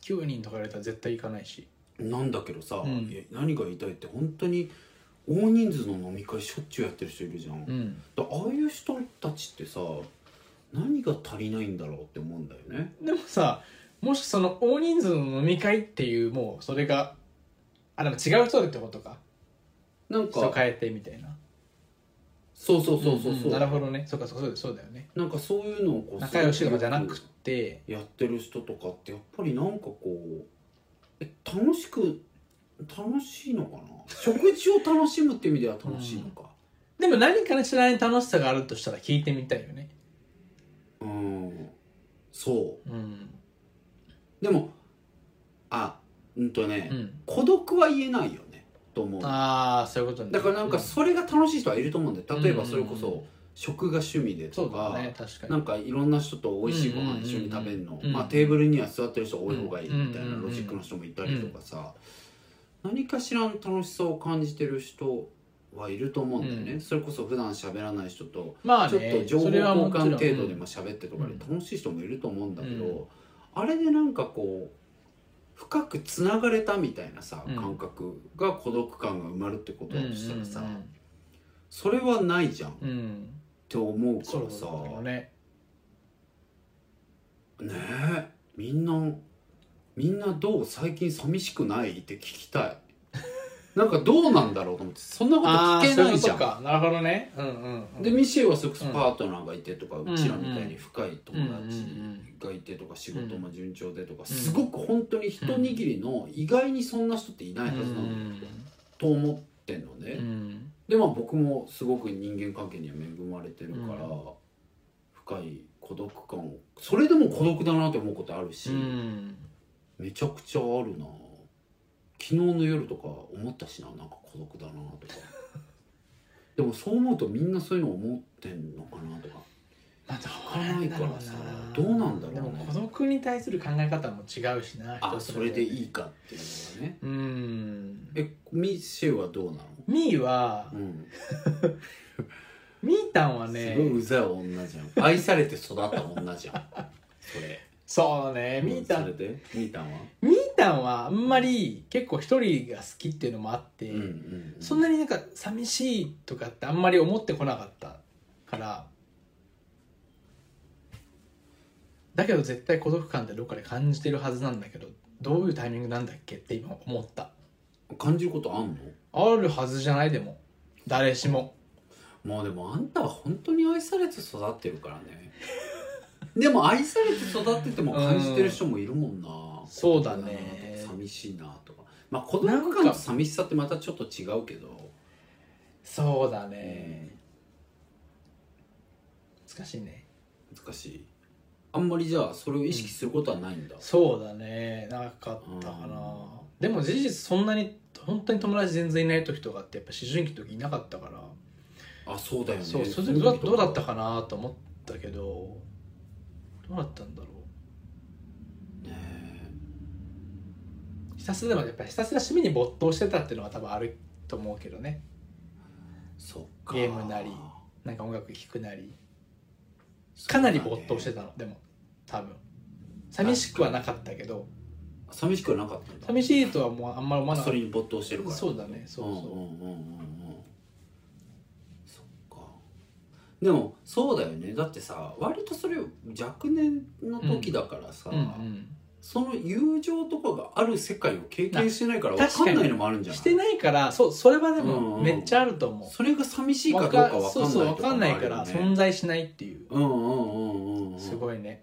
9人とか入れたら絶対行かないしなんだけどさ、うんいや何が言いたいって本当に大人数の飲み会しょっちゅうやってる人いるじゃん、だんああいう人たちってさ何が足りないんだろうって思うんだよねでもさもしその大人数の飲み会っていうもうそれがあでも違う人でってことかなん人か変えてみたいなそうそうそうそうそう、んなるほどねそうかそうそうそうだよねなんかそういうのをこう仲良しとかじゃなくてやってる人とかってやっぱりなんかこうえ楽しく楽しいのかな食事を楽しむっていう意味では楽しいのかでも何かしらに楽しさがあるとしたら聞いてみたいよねうんそうんうでもあうんとね、うん孤独は言えないよねと思うだああそういうことねからなんかそれが楽しい人はいると思うんだよ例えばそれこうんうんうそ食が趣味でそとうだか、ね確かになんかいろんな人と美味しいご飯一緒に食べるうんのうんうんうんまあテーブルには座ってる人多い方がいいみたいうんうんなうんロジックの人もいたりとかさ何かしらの楽しさを感じてる人はいると思うんだよね、うんそれこそ普段喋らない人とまあちょっねと情報そ交れは換もちろん程度でも喋ってとかで楽しい人もいると思うんだけど、あれでなんかこう深くつながれたみたいなさ、うん感覚が孤独感が埋まるってことだとしたらさ、うんそれはないじゃんっうんうんうんて思うかそうらださ。よねねえみんなみんなどう最近寂しくないって聞きた いなんかどうなんだろうと思ってそんなことああ聞けそうないいうこじゃとんかなるほどねうんうんうんでミシェルはそれこそパートナーがいてとか、うんちらみたいに深い友達がいてとか、仕事も順調でとか、すごく本当に一握りの意外にそんな人っていないはずなの、と思ってんのね、うんでまあ僕もすごく人間関係には恵まれてるから、う深い孤独感をそれでも孤独だなって思うことあるし、うんめちゃくちゃあるな昨日の夜とか思ったしななんか孤独だなとか でもそう思うとみんなそういうの思ってんのかなとかまあ、どうなんだろうなどうなんだろうねでも孤独に対する考え方も違うしなあ 人そぞれでねいいかっていうのがねうんえミシェルはどうなのみーはうん、みーたんはねすごいうざい女じゃん愛されて育った女じゃんそれそうねみーたんそれでみーたんはみーたんはあんまり結構一人が好きっていうのもあって、うんうんうんそんなになんか寂しいとかってあんまり思ってこなかったからだけど絶対孤独感ってどっかで感じてるはずなんだけどどういうタイミングなんだっけって今思った感じることあんのあるはずじゃないでも誰しももうでもあんたは本当に愛されて育ってるからねでも愛されて育ってても感じてる人もいるもんな、そうだね寂しいなとかまあ孤独感と寂しさってまたちょっと違うけど、そうだね難しいねうん難しいあんまりじゃあそれを意識することはないんだ、そうだねなかったかなでも事実そんなに本当に友達全然いない時とかってやっぱ思春期の時いなかったからあそうだよねそうそれので時どうとどうだったかなと思ったけどどうだったんだろねうひたすらやっぱひたすら趣味に没頭してたっていうのは多分あると思うけどねえそっかゲームなりなんか音楽聴くなりかなり没頭してたたのでも多分寂しくはなかったけど寂しくはなかったんだ寂しいとはもうあんまり思わなかそっれに没頭してるかたらそうだねそうそんう、うんうんうんうんそっかでもそうだよねだってさ割とそれ若年の時だからさ、うんうんその友情とかがある世界を経験してないから分かんないのもあるんじゃないしてないからそうそれはでうんうもんめっちゃあると思う、それが寂しいかどうか分かんないそうそうわとかかんもあないるかよらね存在しないっていう、うんうんうんうんうんすごいね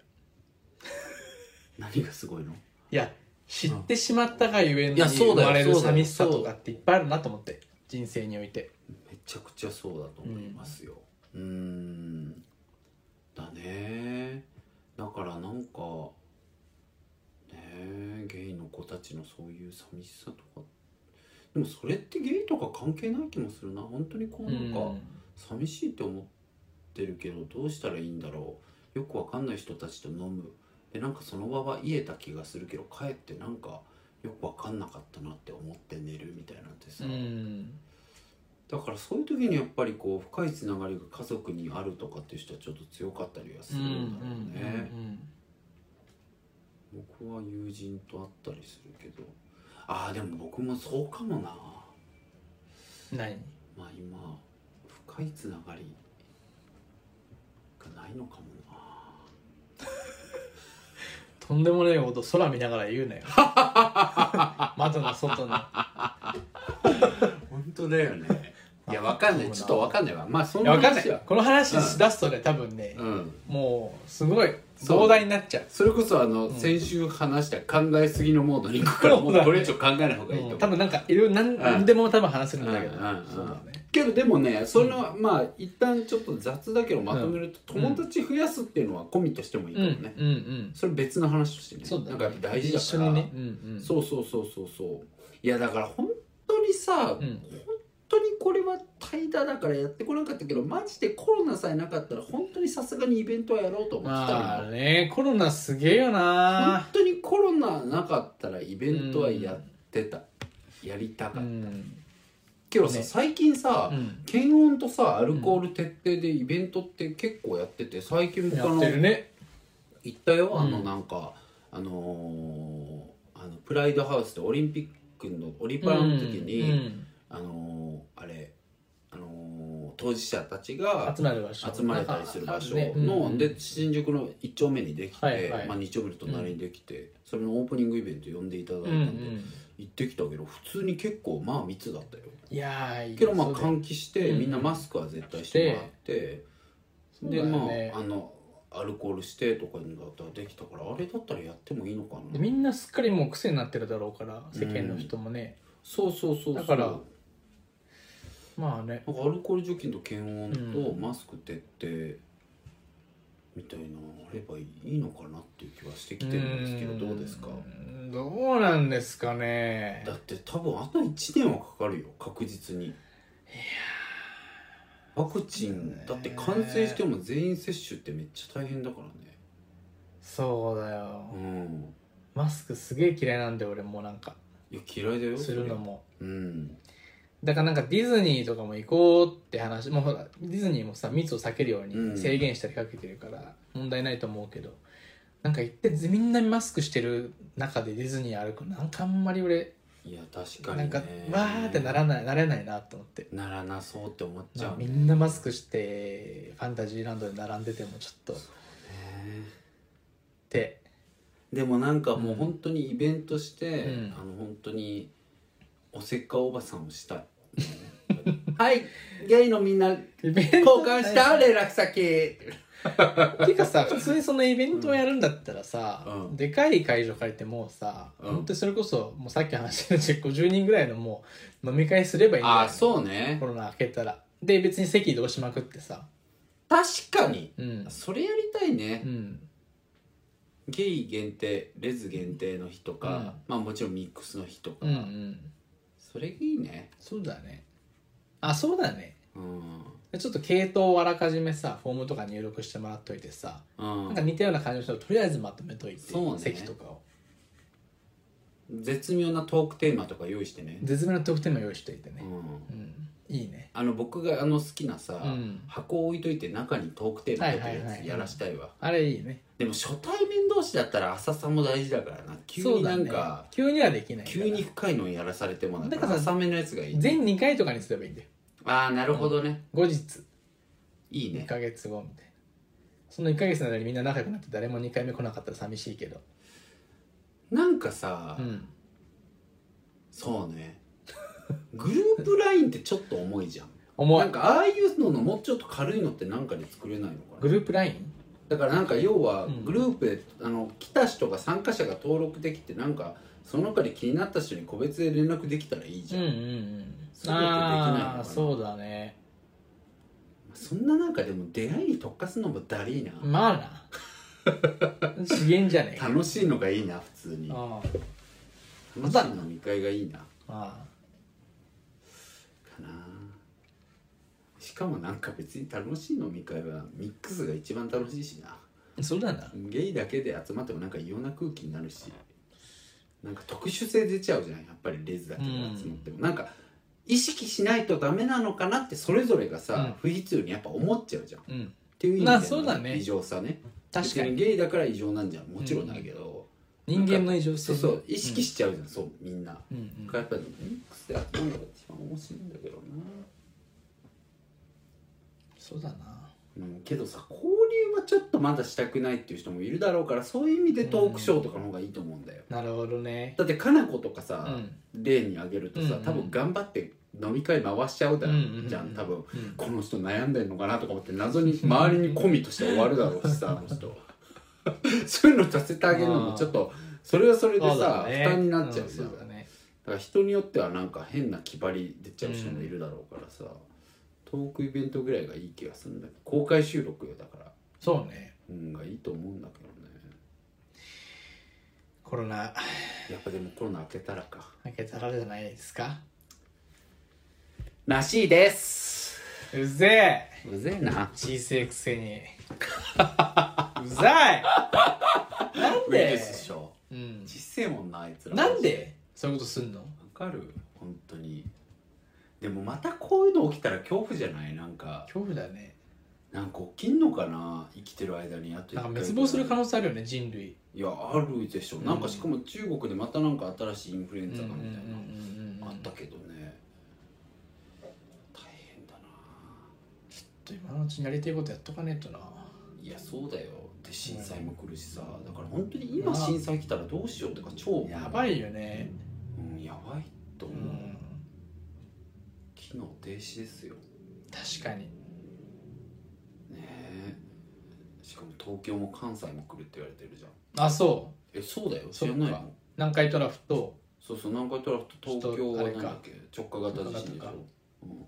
何がすごいのいや知ってしまったがゆえいにや生そうだよまれるそうだよ寂しさとかっていっぱいあるなと思って人生においてめちゃくちゃそうだと思いますようーんだねだからなんかねえゲイの子たちのそういう寂しさとかでもそれってゲイとか関係ない気もするな本当にこうなんか、寂しいって思ってるけどどうしたらいいんだろうよくわかんない人たちと飲むでなんかその場は癒えた気がするけどかえってなんかよくわかんなかったなって思って寝るみたいなんてさ、うん、うんだからそういう時にやっぱりこう深いつながりが家族にあるとかっていう人はちょっと強かったりはすうんるうんんだろうね、うん僕は友人と会ったりするけどああでも僕もそうかもなうん何まあ今深いつながりがないのかもなとんでもないこと空見ながら言うなよ窓の外の本当だよねいやわかんないちょっとわかんないわまあそいんやなわかんない話はこの話しだすとね、多分ね、うんもうすごいそう壮大になっちゃうそれこそあの、先週話した考えすぎのモードに行くからもうこれ以上考えない方がいいと思う、多分なんかいろいろ何何でも多分話せるんだけど、うんうんうんそうだねけどでもねその、まあ一旦ちょっと雑だけどまとめると、うん友達増やすっていうのは込みとしてもいいかうんもうね、んそれ別の話としてねそうだねなんかやっぱ大事だ一か緒らにね、うんうん、そうそうそうそうそういやだから本当にさ、うん本当にこれは怠惰だからやってこなかったけどマジでコロナさえなかったら本当にさすがにイベントはやろうと思ってたのよまあねコロナすげえよ本な当にコロナなかったらイベントはやってた、やりたかった、うん、けどさ、ね最近さ、うん検温とさアルコール徹底でイベントって結構やってて最近僕あやっのてるね行ったよあのうんなんか、あのーあのプライドハウスでオリンピックのオリパラの時に、うんあのーあれ、あのー当事者たちが集まる場所集まれたりする場所なんかの、あるねうんで新宿の1丁目にできて、はいはいまあ、2丁目の隣にできて、それのオープニングイベント呼んでいただいたうんんで、うん行ってきたけど普通に結構まあ密だったよ。いやーいいけどまあそうだよ換気してうんみんなマスクは絶対してもらって、そうだでよまねああのアルコールしてとかにだったらできたからあれだったらやってもいいのかなでみんなすっかりもう癖になってるだろうから世間の人もね、そうそうそうそうだかならんかまあねアルコール除菌と検温とうんマスク徹底みたいなのあればいいのかなっていう気はしてきてるんですけどどうですかうんどうなんですかねだって多分あと1年はかかるよ確実にワクチンだって感染しても全員接種ってめっちゃ大変だからねそうだよ、うんマスクすげえ嫌いなんで俺もうなんかいや嫌いだよするのもうんだからなんかディズニーとかも行こうって話もうほらディズニーもさ密を避けるよううにん制限したりかけてるから問題ないと思うけど、なんか行ってみんなマスクしてる中でディズニー歩くのなんかあんまり俺いや確かに、ね、なんかわーってならないなれないなと思って、ならなそうって思っちゃうみね、んなマスクしてファンタジーランドで並んでてもちょっとっねてでもなんかもう本当にイベントして、うんあの本当におせっかおばさんをしたい はいゲイのみんな交イベン換した連絡先てかさ普通にそのイベントをやるんだったらさ、うんでかい会場借りてもうさ、うん本当にそれこそもうさっき話した50人ぐらいのもう飲み会すればいいんだよああそうねコロナ開けたらで別に席移動しまくってさ確かにうん、それやりたいねう、ん、ゲイ限定レズ限定の日とか、うんまあもちろんミックスの日とか、うんうんそれいいねそうだねあそうだねうんでちょっと系統をあらかじめさフォームとか入力してもらっといてさうなんんか似たような感じの人をとりあえずまとめといて、そうね席とかを絶妙なトークテーマとか用意してね、絶妙な得点も用意していてうね、ん、うん、いいねあの僕があの好きなさ、うん箱を置いといて中にトークテーマ入ってるはいやはいはついやらしたいわあれいいねでも初対面同士だったら浅さも大事だからな急そうにだなんねか、急にはできないから急に深いのやらされてもなんだかからさ浅めのやつがいい全2回とかにすればいいんだよああなるほどね、後日いい1ねヶ月後みたいなその1ヶ月の間にみんな仲良くなって誰も2回目来なかったら寂しいけどなんかさ、うんそうねグループラインってちょっと重いじゃ ん思なんうかああいうののもうちょっと軽いのってなんかで作れないのかグなループラインだからなんか要はうんグループで、あの来た人が参加者が登録できてなんかその中で気になった人に個別で連絡できたらいいじうゃんん、うんうんそういうことできないのかなああーそうだねそんな中でも出会いに特化すのもだりーな、まあな資源じゃねえか楽しいのがいいな普通に楽あしい飲み会がいいなかああなしかもなんか別に楽しい飲み会はミックスが一番楽しいしなあそうだなゲイだけで集まってもなんか異様な空気になるしなんか特殊性出ちゃうじゃんやっぱりレズだけで集まっても、なんか意識しないとダメなのかなってそれぞれがさ、うん不必要にやっぱ思っちゃうじゃんっうんていう意まあ味そうだでのね異常さね確か別ににゲイだから異常なんじゃんもちろんだけど、人間の異常そ性うそう意識しちゃうじゃん、そうみんな、うんうんやっぱりミックスで集まるのが一番面白いんだけどなそうだなうん、けどさ交流はちょっとまだしたくないっていう人もいるだろうからそういう意味でトークショーとかの方がいいと思うんだよ、なるほどねだってかなことかうさ、ん例に挙げるとさ、うんうん多分頑張って飲み会回しちゃうだろうじゃん、多分うんこの人悩んでんのかなとか思って謎に周りにコミとして終わるだろうしさあの人 そういうのさせてあげるのもちょっとそれはそれでそうさだ、ね負担になっちゃうじゃんん、そうだだねから人によってはなんか変な気張り出ちゃう人もいるだろうからさ、トークイベントぐらいがいい気がするんだけど公開収録よだからそうねうんがいいと思うんだけどねコロナやっぱでもコロナ明けたらか開けたらじゃないですからしいですうぜえうぜえな小せえく せにうざいなんウイルでスでしょうんちっせえもんなあいつらなんでそういうことすんのわかる本当にでもまたこういうの起きたら恐怖じゃないなんか恐怖だねなんか起きんのかな生きてる間にあとなんか滅亡する可能性あるよね人類いやあるでしょ、うんなんかしかも中国でまたなんか新しいインフルエうンんうザんがうんみたいな、うんうんあったけどね大変だなちょっと今のうちにやりたいことやっとかねえとないやそうだよで震災も来るしさだから本当に今震災来たらどうしようとか超思うやばいよねうん、やばいとう思う、ん機能停止ですよ確かにねえしかも東京も関西も来るって言われてるじゃんあそえそうだよ知そっらかないのう南海トラフとそうそう南海トラフと東京はなちょっとあれんかだっけ直下型地震でし直下型ょか、うん、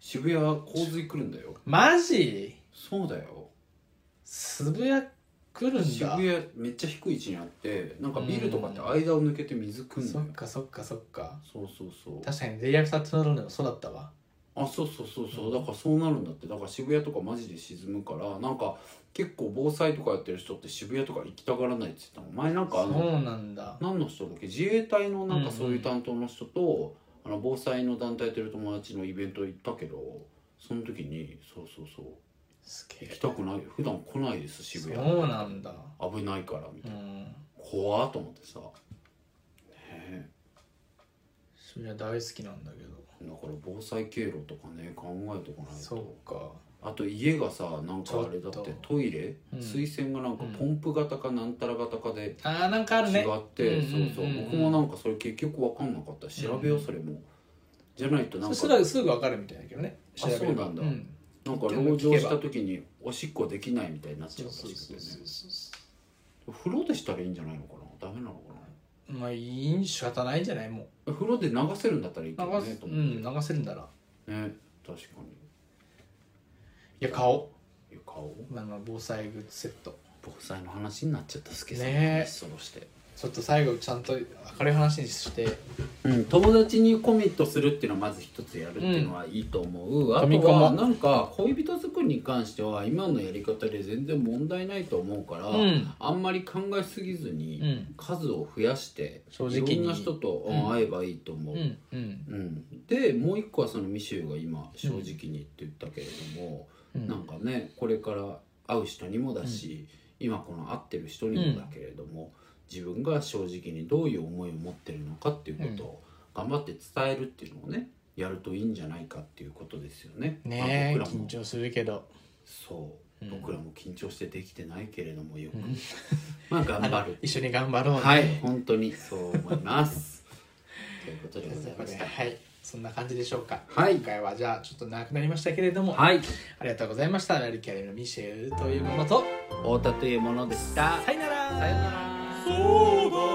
渋谷は洪水来るんだよマジそうだよ渋谷来るん渋だ谷めっちゃ低い位置にあってなんかビルとかって間を抜けて水来んのそよっかそっかそっかそうそうそう確かにデイアフタートゥナローでもそうだったわあそうそうそうそうだからそうなるんだってだから渋谷とかマジで沈むからなんか結構防災とかやってる人って渋谷とか行きたがらないって言ってたの前なんかあそのうなんだ何の人だっけ自衛隊のなんうんうかんそういう担当の人と、あの防災の団体やってる友達のイベント行ったけどその時にそうそうそうすげ行えきたくない普段来ないです渋谷そうなんだ危ないからみたういな、ん怖っと思ってさねえ渋谷大好きなんだけどだから防災経路とかね考えとかないとそうかあと家がさなんかあれだっちょってとトイレ、うん水洗がなんかポンプ型かなんたら型かであーなんかある違ねって、うんうんそうそう、うんうん僕もなんかそれ結局分かんなかった調べようそれも、じゃないとなんかそれはすぐ分かるみたいだけどねあ調べればそうなんだうん、なんか籠城した時におしっこできないみたいになっちゃそううらしそうそくうてそねうそう風呂でしたらいいんじゃないのかなダメなのかまあいいん仕方ないんじゃないもな風呂で流せるんだったらいいうけど流ねす、とう思って、ん、流せるんだらね確かにいや顔いや顔あの防災グッズセット防災の話になっちゃったすけさんのねえ話そろして。ちょっと最後ちゃんと明るい話にしてうん、友達にコミットするっていうのはまず一つやるっていうのはいいと思う、あ飛びと込まはなんか恋人作りに関しては今のやり方で全然問題ないと思うから、うんあんまり考えすぎずうにん数を増やして、正直いにろんな人とうんうん会えばいいと思う、ううんんうんでもう一個はそのミシューが今正直にって言ったけれども、うんなんかねこれから会う人にもだし、今この会ってる人にもだけれども、自分が正直にどういう思いを持ってるのかっていうことを頑張って伝えるっていうのをねやるといいんじゃないかっていうことですよね。ねえまあ僕ら緊も張するけどそう、うん僕らも緊張してできてないけれどもよく、 まあ頑張る。一緒に頑張ろうねはい本当にそう思い ます。ということでといごうざいこまとしでた。はいそんな感じでしょうかはい今回はじゃあちょっと長くなりましたけれども、はい、ありがとうございましたラリキャリのミシェルというものと太田というものでした。さよならさようなら。そうだ